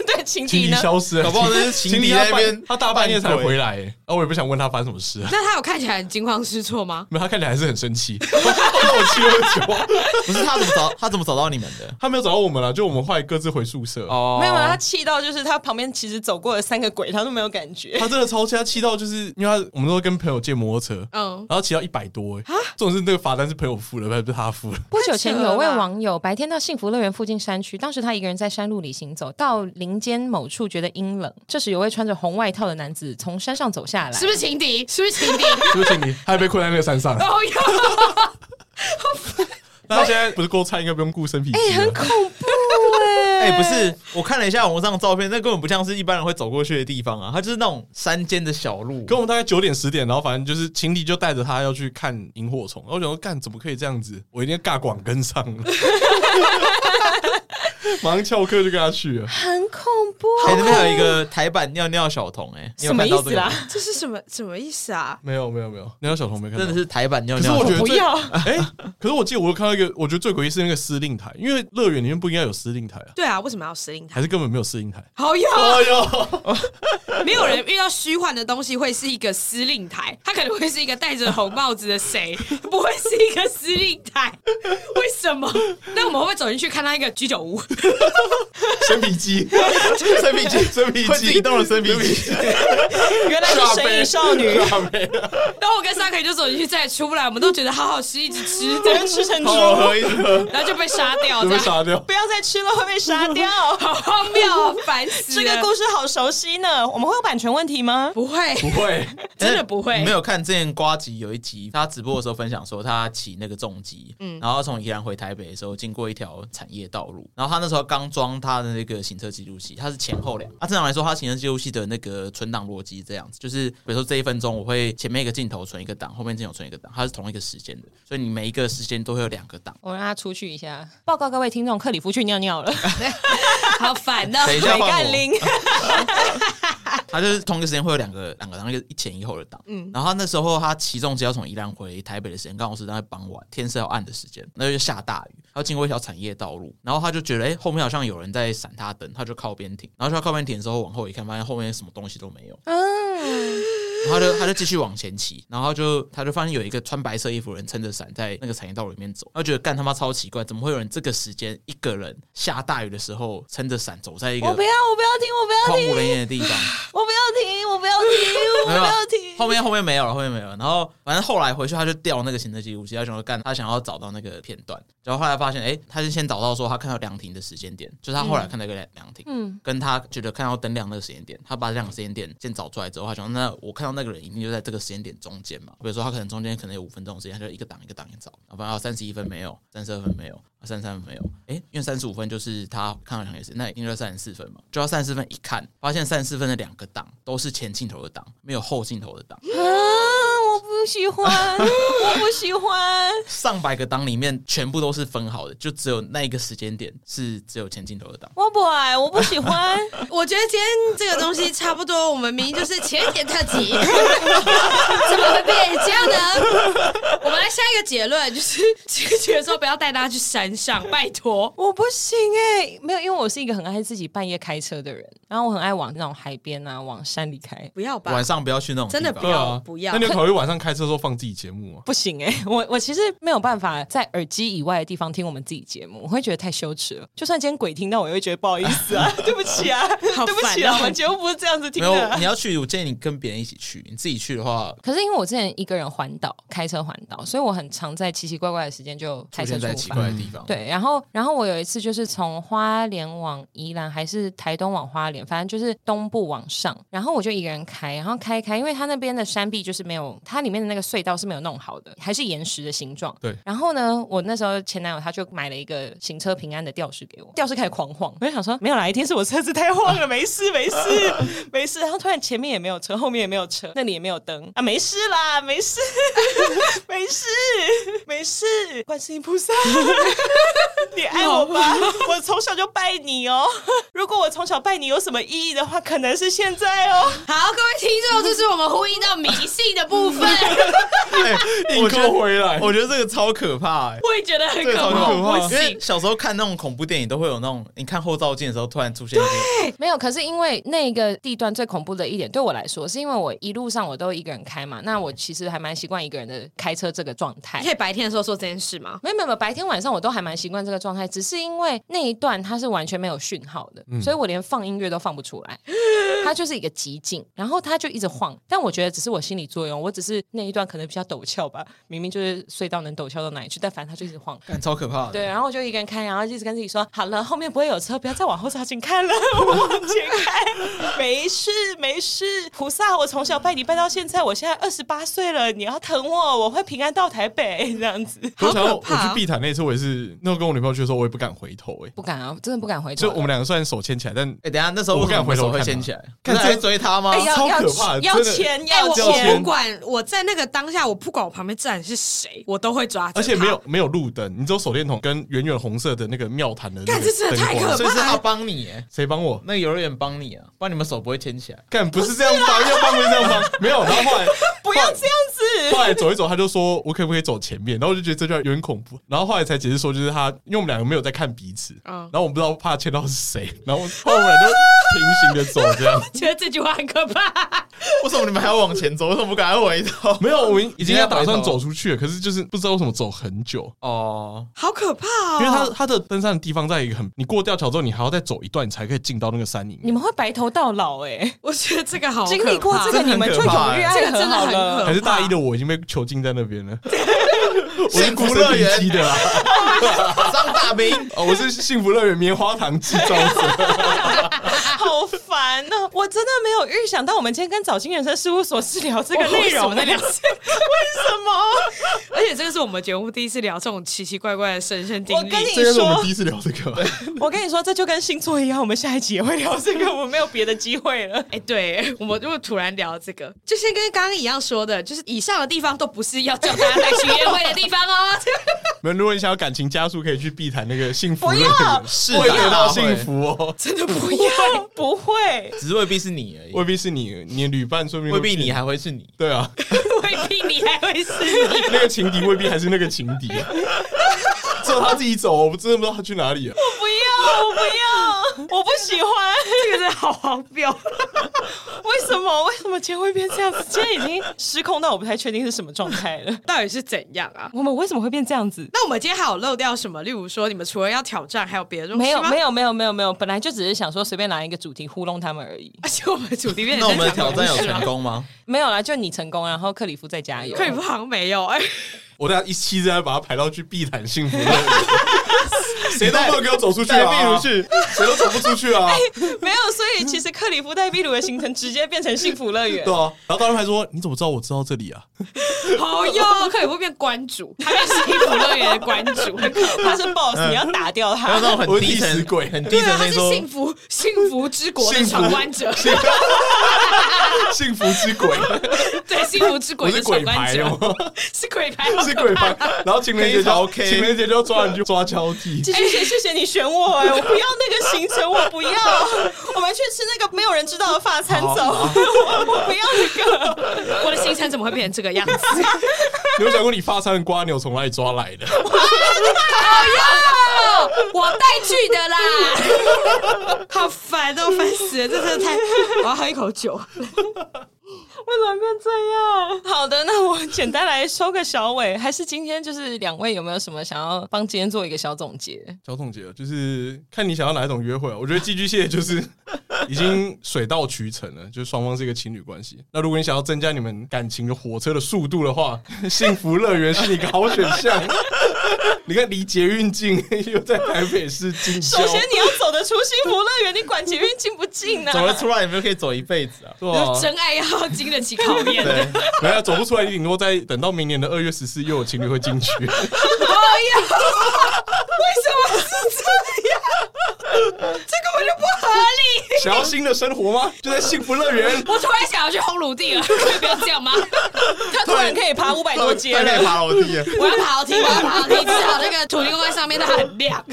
对，情情敌消失了，搞不好那是情敌在那边他大半夜才扮鬼回来，欸啊，我也不想问他发生什么事啊。那他有看起来很惊慌失措吗？没有，他看起来还是很生气。我 我七二九啊， 不是他怎么找他怎么找到你们的？他没有找到我们了，就我们后来各自回宿舍。哦没有啊，他气到就是他旁边其实走过了三个鬼，他都没有感觉。他真的超气，他气到就是因为他我们都跟朋友借摩托车，嗯，然后骑到一百多、欸，重点是那个罚单是朋友付的，不是不是他付的。不久前，有位网友白天到幸福乐园附近山区，当时他一个人在山路里行走，到林间某处觉得阴冷。这时，有位穿着红外套的男子从山上走下来，是不是情敌？是不是情敌？对不起你，他还被困在那个山上。哦哟， 那他现在不是够菜，应该不用顾身体。哎、很恐怖哎、哎、不是，我看了一下网络上的照片，那根本不像是一般人会走过去的地方啊，它就是那种山间的小路。跟我们大概九点十点，然后反正就是情敌就带着他要去看萤火虫，然后我想说干怎么可以这样子，我一定要尬广跟上了，马上翘课就跟他去了。很恐怖。哎、那边还有一个台版尿尿小童、哎，你有什么看意思到啊这个啦吗？？ 这是什么什么意思啊？没有没有没有，那条小童没看到真的。是台版尿可是尿我小觉不童。得最要 哎、可是我记得我有看到一个，我觉得最诡异是那个司令台，因为乐园里面不应该有司令台啊，对啊，为什么要司令台？还是根本没有司令台。好哟，哎呦，没有人遇到虚幻的东西会是一个司令台，他可能会是一个戴着红帽子的 谁，不会是一个司令台。为什么？那我们会不会走进去看到一个居酒屋？生啤机，生啤机，生啤会自机，己动的生啤机。原来是神隐少女， 然后我跟沙可就走进去，再也出不来。我们都觉得好好吃，一直吃，整个 吃成猪，好喝一喝，然后就被杀掉，就这被样杀掉。 不要再吃了，会被杀掉。好荒谬哦，烦死这了！个故事好熟悉呢，我们会有版权问题吗？不会，不会，真的不会没有看之前瓜吉有一集，他直播的时候分享说他骑那个重机，嗯然后从宜兰回台北的时候，经过一条产业道路，然后他那时候刚装他的那个行车记录器，他是前后两。啊，正常来说，他行车记录器的那个存档逻辑是这样子，就是比如说这一分钟我会前面一个镜头存一个档，后面镜头存一个档，它是同一个时间的，所以你每一个时间都会有两个档。我让他出去一下，报告各位听众，克里夫去尿尿了，好烦哦。哎等一没 下换干我，拎。他就是同一个时间会有两个两个档，一个一前一后的档。嗯，然后他那时候他骑重机要从宜兰回台北的时间，刚好是在傍晚，天色要暗的时间，那就下大雨，他经过一条产业道路，然后他就觉得哎、诶后面好像有人在闪他灯，他就靠边停，然后就靠边停的时候往后一看，发现后面什么东西都没有，啊然后他就他就继续往前骑，然后他就他就发现有一个穿白色衣服的人撑着伞在那个产业道路里面走，他觉得干他妈超奇怪，怎么会有人这个时间一个人下大雨的时候撑着伞走在一个我不要，我不要听，我不要荒听，无人烟的地方？我不要听，我不要听，我不没有要听。后面后面没有了，后面没有了。然后反正后来回去他就调那个行车记录器，他想要干，他想要找到那个片段。然后后来发现，哎、他是先找到说他看到凉亭的时间点，就是他后来看到一个凉凉亭，嗯，跟他觉得看到灯亮那个时间点，他把这两个时间点先找出来之后，他想，那我看到那个人一定就在这个时间点中间嘛。比如说他可能中间可能有五分钟的时间，他就一个档一个档一找，然后反正三十一分没有，三十二分没有，三十三分没有，哎、因为三十五分就是他看到两个时间，那一定就三十四分嘛，就要三十四分一看，发现三十四分的两个档都是前镜头的档，没有后镜头的档。啊，我不喜欢，我不喜欢。上百个档里面全部都是分好的，就只有那一个时间点是只有前镜头的档。我不爱，我不喜欢，我觉得今天这个东西差不多，我们明明就是前一点特 辑，怎么会变这样呢？我们来下一个结论，就是这个结论说不要带大家去山上，拜托。我不行哎、没有，因为我是一个很爱自己半夜开车的人，然后我很爱往那种海边啊，往山里开。不要吧晚，上不要去那种地真的方，不对啊要，不要那你。有考虑晚上开车的时候放自己节目吗？不行哎、 我我其实没有办法在耳机以外的地方听我们自己节目，我会觉得太羞耻了。就算今天鬼听到，我也会觉得不好意思 啊，对不起啊，好对不起烦啊，哦我们节目不是这样子听没的有，啊你。要去，我建议你跟别人一起去。你自己去的话，可是因为我之前一个人环岛，开车环岛，所以我很常在奇奇怪怪的时间就开出车现出在奇发。怪的地方。，对，然后然后我有一次就是从花莲往宜兰，还是台东往花莲，反正就是东部往上，然后我就一个人开，然后开一开，因为它那边的山壁就是没有，它里面的那个隧道是没有弄好的，还是岩石的形状。对然后呢，我那时候前男友他就买了一个行车平安的吊饰给我，吊饰开始狂晃，我就想说没有啦，一定是我车子太晃了，没事没事没事。然后突然前面也没有车，后面也没有车，那里也没有灯啊，没事啦，没事 没事没事，观世音菩萨。你爱我吧，我从小就拜你哦。 如果我从小拜你有什么意义的话，可能是现在哦。好，各位听众，这是我们呼应到迷信的部分。硬抠回来。我觉得这个超可怕、欸，会觉得很这个超可怕，怕不，因为行。小时候看那种恐怖电影都会有那种，你看后照镜的时候突然出现一个，哎没有，可是因为那个地段最恐怖的一点，对我来说，是因为我一路上我都一个人开嘛，那我其实还蛮习惯一个人的开车这个状态 你可。以白天的时候做这件事吗？没有没有，没有白天晚上我都还蛮习惯这个状态，只是因为那一段它是完全没有讯号的，所以我连放音乐都放不出来，它就是一个极静，然后它就一直晃。但我觉得只是我心理作用，我只是那一段可能比较陡峭吧，明明就是隧道能陡峭到哪里去，但反正它就一直晃。干超可怕的。对，然后我就一个人开，然后一直跟自己说：“好了，后面不会有车，不要再往后照镜看了，我往前开，没事没事。菩萨，我从小拜你拜到现在，我现在二十八岁了，你要疼我，我会平安到台北这样子。”我想到好我可怕去碧潭那次，我也是那时候跟我女朋友去的时候，我也不敢回头哎、欸不敢啊，真的不敢回头。所以我们两个虽然手牵起来，但哎、等一下那时候我为不什敢么回头手会看牵啊起来？干你在这追他吗？哎要超要可怕的要真的钱哎、要我交我钱不管，我在那个当下，我不管我旁边站的是谁，我都会抓着他。而且没有没有路灯，你只有手电筒跟远远红色的那个庙坛的那干个这真的灯太可光。所以是他帮你、欸，谁帮我？那个游乐园帮你啊，不然你们手不会牵起来。干不是这啊样帮，要帮不是这样帮，没有。然 后后来不要这样子。后来走一走，他就说我可不可以走前面？然后我就觉得这段有点恐怖。然后后来才解释说，就是他因为我们两个没有在看彼此，嗯啊然后我们不知道怕牵到是谁，然后后来我们俩就平行的走这 样。觉得这句话很可怕。为什么你们还要往前走？为什么不赶快回头？没有，我们已经要打你现在算回头走出去了，可是就是不知道为什么走很久，哦，好可怕哦！因为它它的登山的地方在一个很，你过吊桥之后，你还要再走一段，你才可以进到那个山里你面。们会白头到老哎、我觉得这个好可怕经历过这个，这个很可怕你们就永远爱这个和真的好很了。可还是大一的我已经被囚禁在那边了，我是幸孤福身乐临机园的啦，啊张大明，哦，我是幸福乐园棉花糖制造者。 好烦哦！我真的没有预想到我们今天跟早金人生事务所是聊这个内容 欸的为什么聊为什么？而且这个是我们节目第一次聊这种奇奇怪怪的神圣经历。我跟你这应该是我们说第一次聊这个吧。 我跟你说，这就跟星座一样，我们下一集也会聊这个，我们没有别的机会 了。哎、对我们如果突然聊这个，就先跟刚刚一样说的，就是以上的地方都不是要叫大家来去约会的地方哦。 没有，如果你想要感情加速，可以去碧潭那个幸福乐不园要，是啊会得到幸，福哦。真的不不要，不会，只是未必是你而已， 未必是你，你的旅伴说不定未都必是你还会是你。对啊，未必你啊还会是你。那个情敌未必还是那个情敌，啊只有他自己走，我真的不知道他去哪里啊了。不要，我不要，我不 喜欢。这个真的好荒谬， 为什么？为什么今天会变这样子？今天已经失控到我不太确定是什么状态了。到底是怎样啊？我们为什么会变这样子？那我们今天还有漏掉什么？例如说，你们除了要挑战，还有别的东西 没有吗没，有没有没有没有，本来就只是想说随便拿一个主题糊弄他们而已。而且我们主题变成那我们的在讲挑战有故事啊成功吗？没有啦，就你成功，然后克里夫再加 油。克里夫好像没有哎、我等下一气之下把他排到去碧潭幸福乐园，谁都不能给我走出去带啊！壁如去，谁都走不出去啊！没有，所以其实克里夫带秘鲁的行程直接变成幸福乐 园对。啊，然后当时还说：“你怎么知道我知道这里 啊好 哟，克里夫变关主，他变幸福乐园的关 主，很可怕他是 boss，你嗯要打掉还有他。那种我很是低替死沉鬼很低对沉啊，他的是说，幸福幸福之国的幸福闯关者，？”幸福之鬼，对，幸福之我国是的鬼闯关牌者哦， 是鬼牌，是鬼牌。然后情人节可以逃就 K 情人节就要抓你去抓交 替，继续谢谢谢你选我 哎、我不要那个行程，我不要，我们去吃那个没有人知道的法餐走，我我不要那个，我的行程怎么会变成这个样子？你有想过你发餐的瓜牛从哪里抓来的？ 我带去的啦，好烦哦，烦死了，这真的太……我要喝一口酒。为什么变这样？好的，那我简单来收个小尾，还是今天就是两位有没有什么想要帮今天做一个小总结？小总结就是看你想要哪一种约会啊。我觉得寄居蟹就是 已经水到渠成了，就是双方是一个情侣关系。那如果你想要增加你们感情的火车的速度的话， 幸福乐园是一个好选项。 你看，离捷运近， 又在台北市近郊首，先你要走得出幸福乐园，你管捷运进不进呢、走了出来，你们可以走一辈子啊。对吧？真爱要经得起考验的。对， 没有走不出来，你顶多在等到明年的二月十四，又有情侣会进去。哎呀，为什么是这样？这根本就不合理！想要新的生活吗？就在幸福乐园。 我突然想要去烘炉地了，可以不要这样吗？他突然可以爬五百多阶太可以了。爬楼梯了。我要爬楼梯，我要爬楼 梯，至少那个土地公在上面它很亮。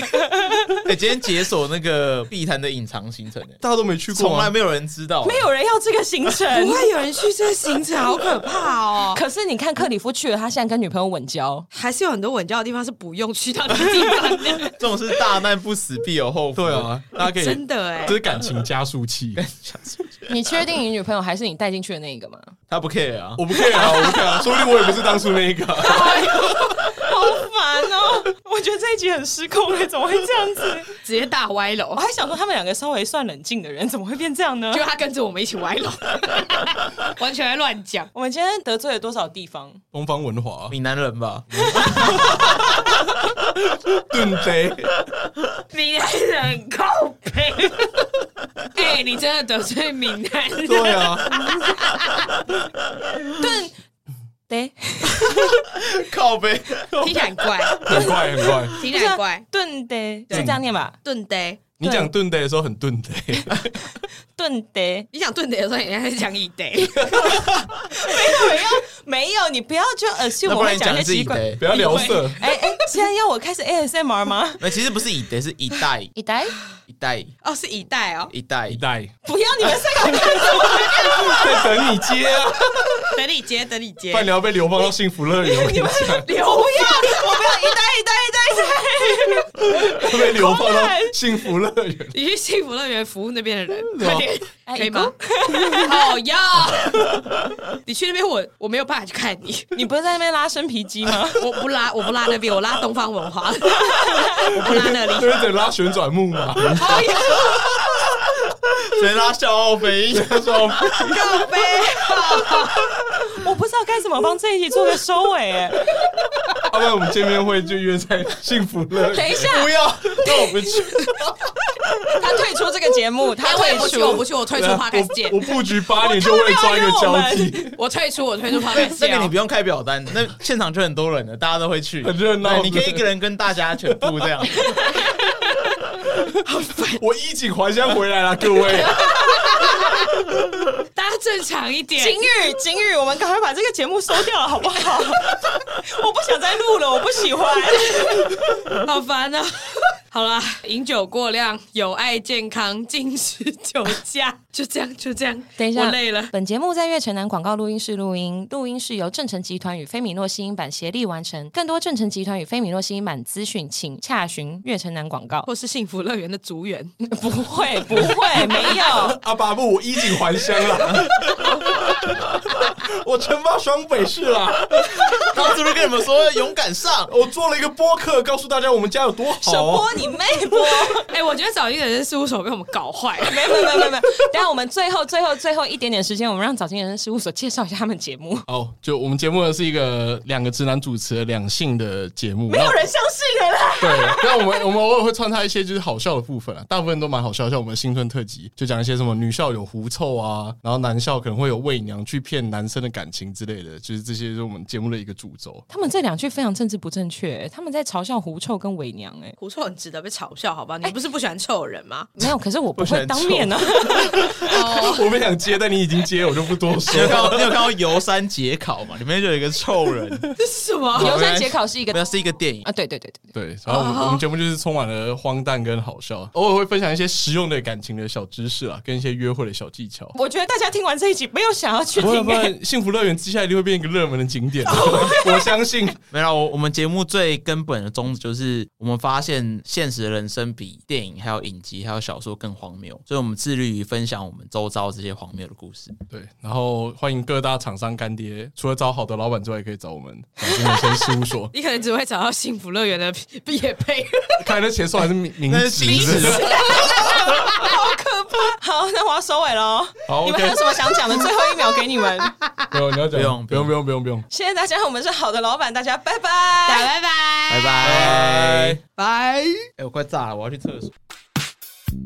哎、今天解锁那个碧潭的隐藏行程、欸，大家都没去过吗，从来没有人知道、没有人要这个行不程。会有人去这个行 程，好可怕哦！可是你看克里夫去了，他现在跟女朋友稳交，还是有很多稳教的地方是不用去到的地方 的，这种是大难不死必有后福。对，啊，大家可以，真的哎这。是感情加速器。你确定你女朋友还是你带进去的那个吗？他不 care 啊。我不 care 啊，我不 care 啊，说不定我也不是当初那一个啊、好烦哦！我觉得这一集很失控哎，怎么会这样子？直接大歪楼我，还想说他们两个稍微算冷静的人，怎么会变这样呢就？他跟着我们一起歪楼，完全在乱讲。我们今天得罪了多少地方？东方文华闽南人吧，盾杯，闽南人够悲，哎、你真的得罪闽南人。对啊，顿对，靠背，听起来很怪，很怪很怪。听起来很怪，顿得对是这样念吧？顿呆。你讲盾杯的时候很盾杯，顿得你想顿呆的时候，人家在讲一 呆，没有没有，你不要就 assume 我那不然会你讲讲一些是奇以怪。得不，要聊色。哎哎，现在要我开始 ASMR 吗？那其实不是以得，是以代，一代一代，哦，是一代哦。一代一，代不要你们三个看着我，在等你接啊，等你接，等你接不。然你要被流放到幸福乐园，我跟你讲， 不要我不要一代一代一代一代。会被流放到幸福乐 园。你去幸福乐园服务那边 的人，吧快点，哎可以一吗个？好要， 你去那边我我没有办法去看你，你不是在那边拉生皮机 吗？ 我不拉我不拉那边，我拉东方文化， 我不拉那里。就是得拉旋转木马，好呀，谁拉笑傲飞？他说告杯！我不知道该怎么帮这一集做个收尾哎。要不然我们见面会就约在幸福乐等园一。下，不要，那我们去，他退出这个节目，他哎我也退不去，我出不。去，我退出 podcast 见啊我，我布局八年就为了抓一个交替，我退出，我退出 podcast 那见个哦你不。用开表单，那现场就很多人了，大家都会去，很热闹对你可以一个人跟大家全部 这样，我衣锦 还乡回来了，各位。大家正常一点。景宇，景宇，我们赶快把这个节目收掉了，好不好？ 我不想再录了，我不 喜欢。好烦啊！ 好啦，饮酒过量，有碍健康，禁止酒驾。 就这样，就这样。等一下我累了。本节目在月城南广告录音室录音，录音是由正成集团与菲米诺吸音版协力完成。更多正成集团与菲米诺吸音版资讯，请洽询月城南广告。或是幸福乐园的组员，不会，不会，没有。阿巴布，我衣锦还乡了，我称霸双北市啊了， 当初就跟你们说勇敢上，我做了一个播客，告诉大家我们家有多首好哦。播你妹 播！哎、我觉得找一个人事务所被我们搞坏了。没有没有没有没有。等一下我们最后最后最后一点点时间，我们让早经人事务所介绍一下他们节目。 好，就我们节目呢是一个两个直男主持的两性的节目， 没有人相信人了。对，那我们我们偶尔会穿插一些就是好笑的部分啊，大部分都蛮好笑，像我们新春特辑就讲一些什么女校有狐臭啊，然后男校可能会有媚娘去骗男生的感情之类的，就是这些是我们节目的一个主轴。他们这两句非常政治不正确，他们在嘲笑狐臭跟伪娘、哎，狐臭很值得被嘲笑，好吧？你不是不喜欢臭的人吗？ 没有，可是我不我喜会欢当面啊。 我没想接，但你已经哦接，我就不多你有说看。到你有看到游山解考嘛？里面就有一个臭人，这是什么？。游山解考是一个那 是一个电影，啊，对对对对，对，然后我们、我们节目就是充满了荒诞跟好笑，偶尔会分享一些实用的感情的小知识啊，跟一些约会的小技巧。我觉得大家听完这一集没有想要 去不然听、不哦哎然， 幸福乐园之下一定会变一个热门的景点， 我相信。没有，啊我我们节目最根本的宗旨就是，我们发现现实的人生比电影、还有影集、还有小说更荒谬，所以我们致力于分享我们周遭这些荒谬的故事。对，然后欢迎各大厂商干爹，除了找好的老板之外，也可以找我们找金人生事务所 你可能只会找到幸福乐园的 毕业配。看来那钱算还是名名那是 字名字是不是好，那我要收尾喽。 好你们还有，OK，什么想讲的？最后一秒给你 们。啊不用，你要讲，不用不用，不用，不用，不用。谢谢大家，我们是好的老板，大家拜拜。打拜拜，拜拜。哎、拜。我快炸了，我要去厕所。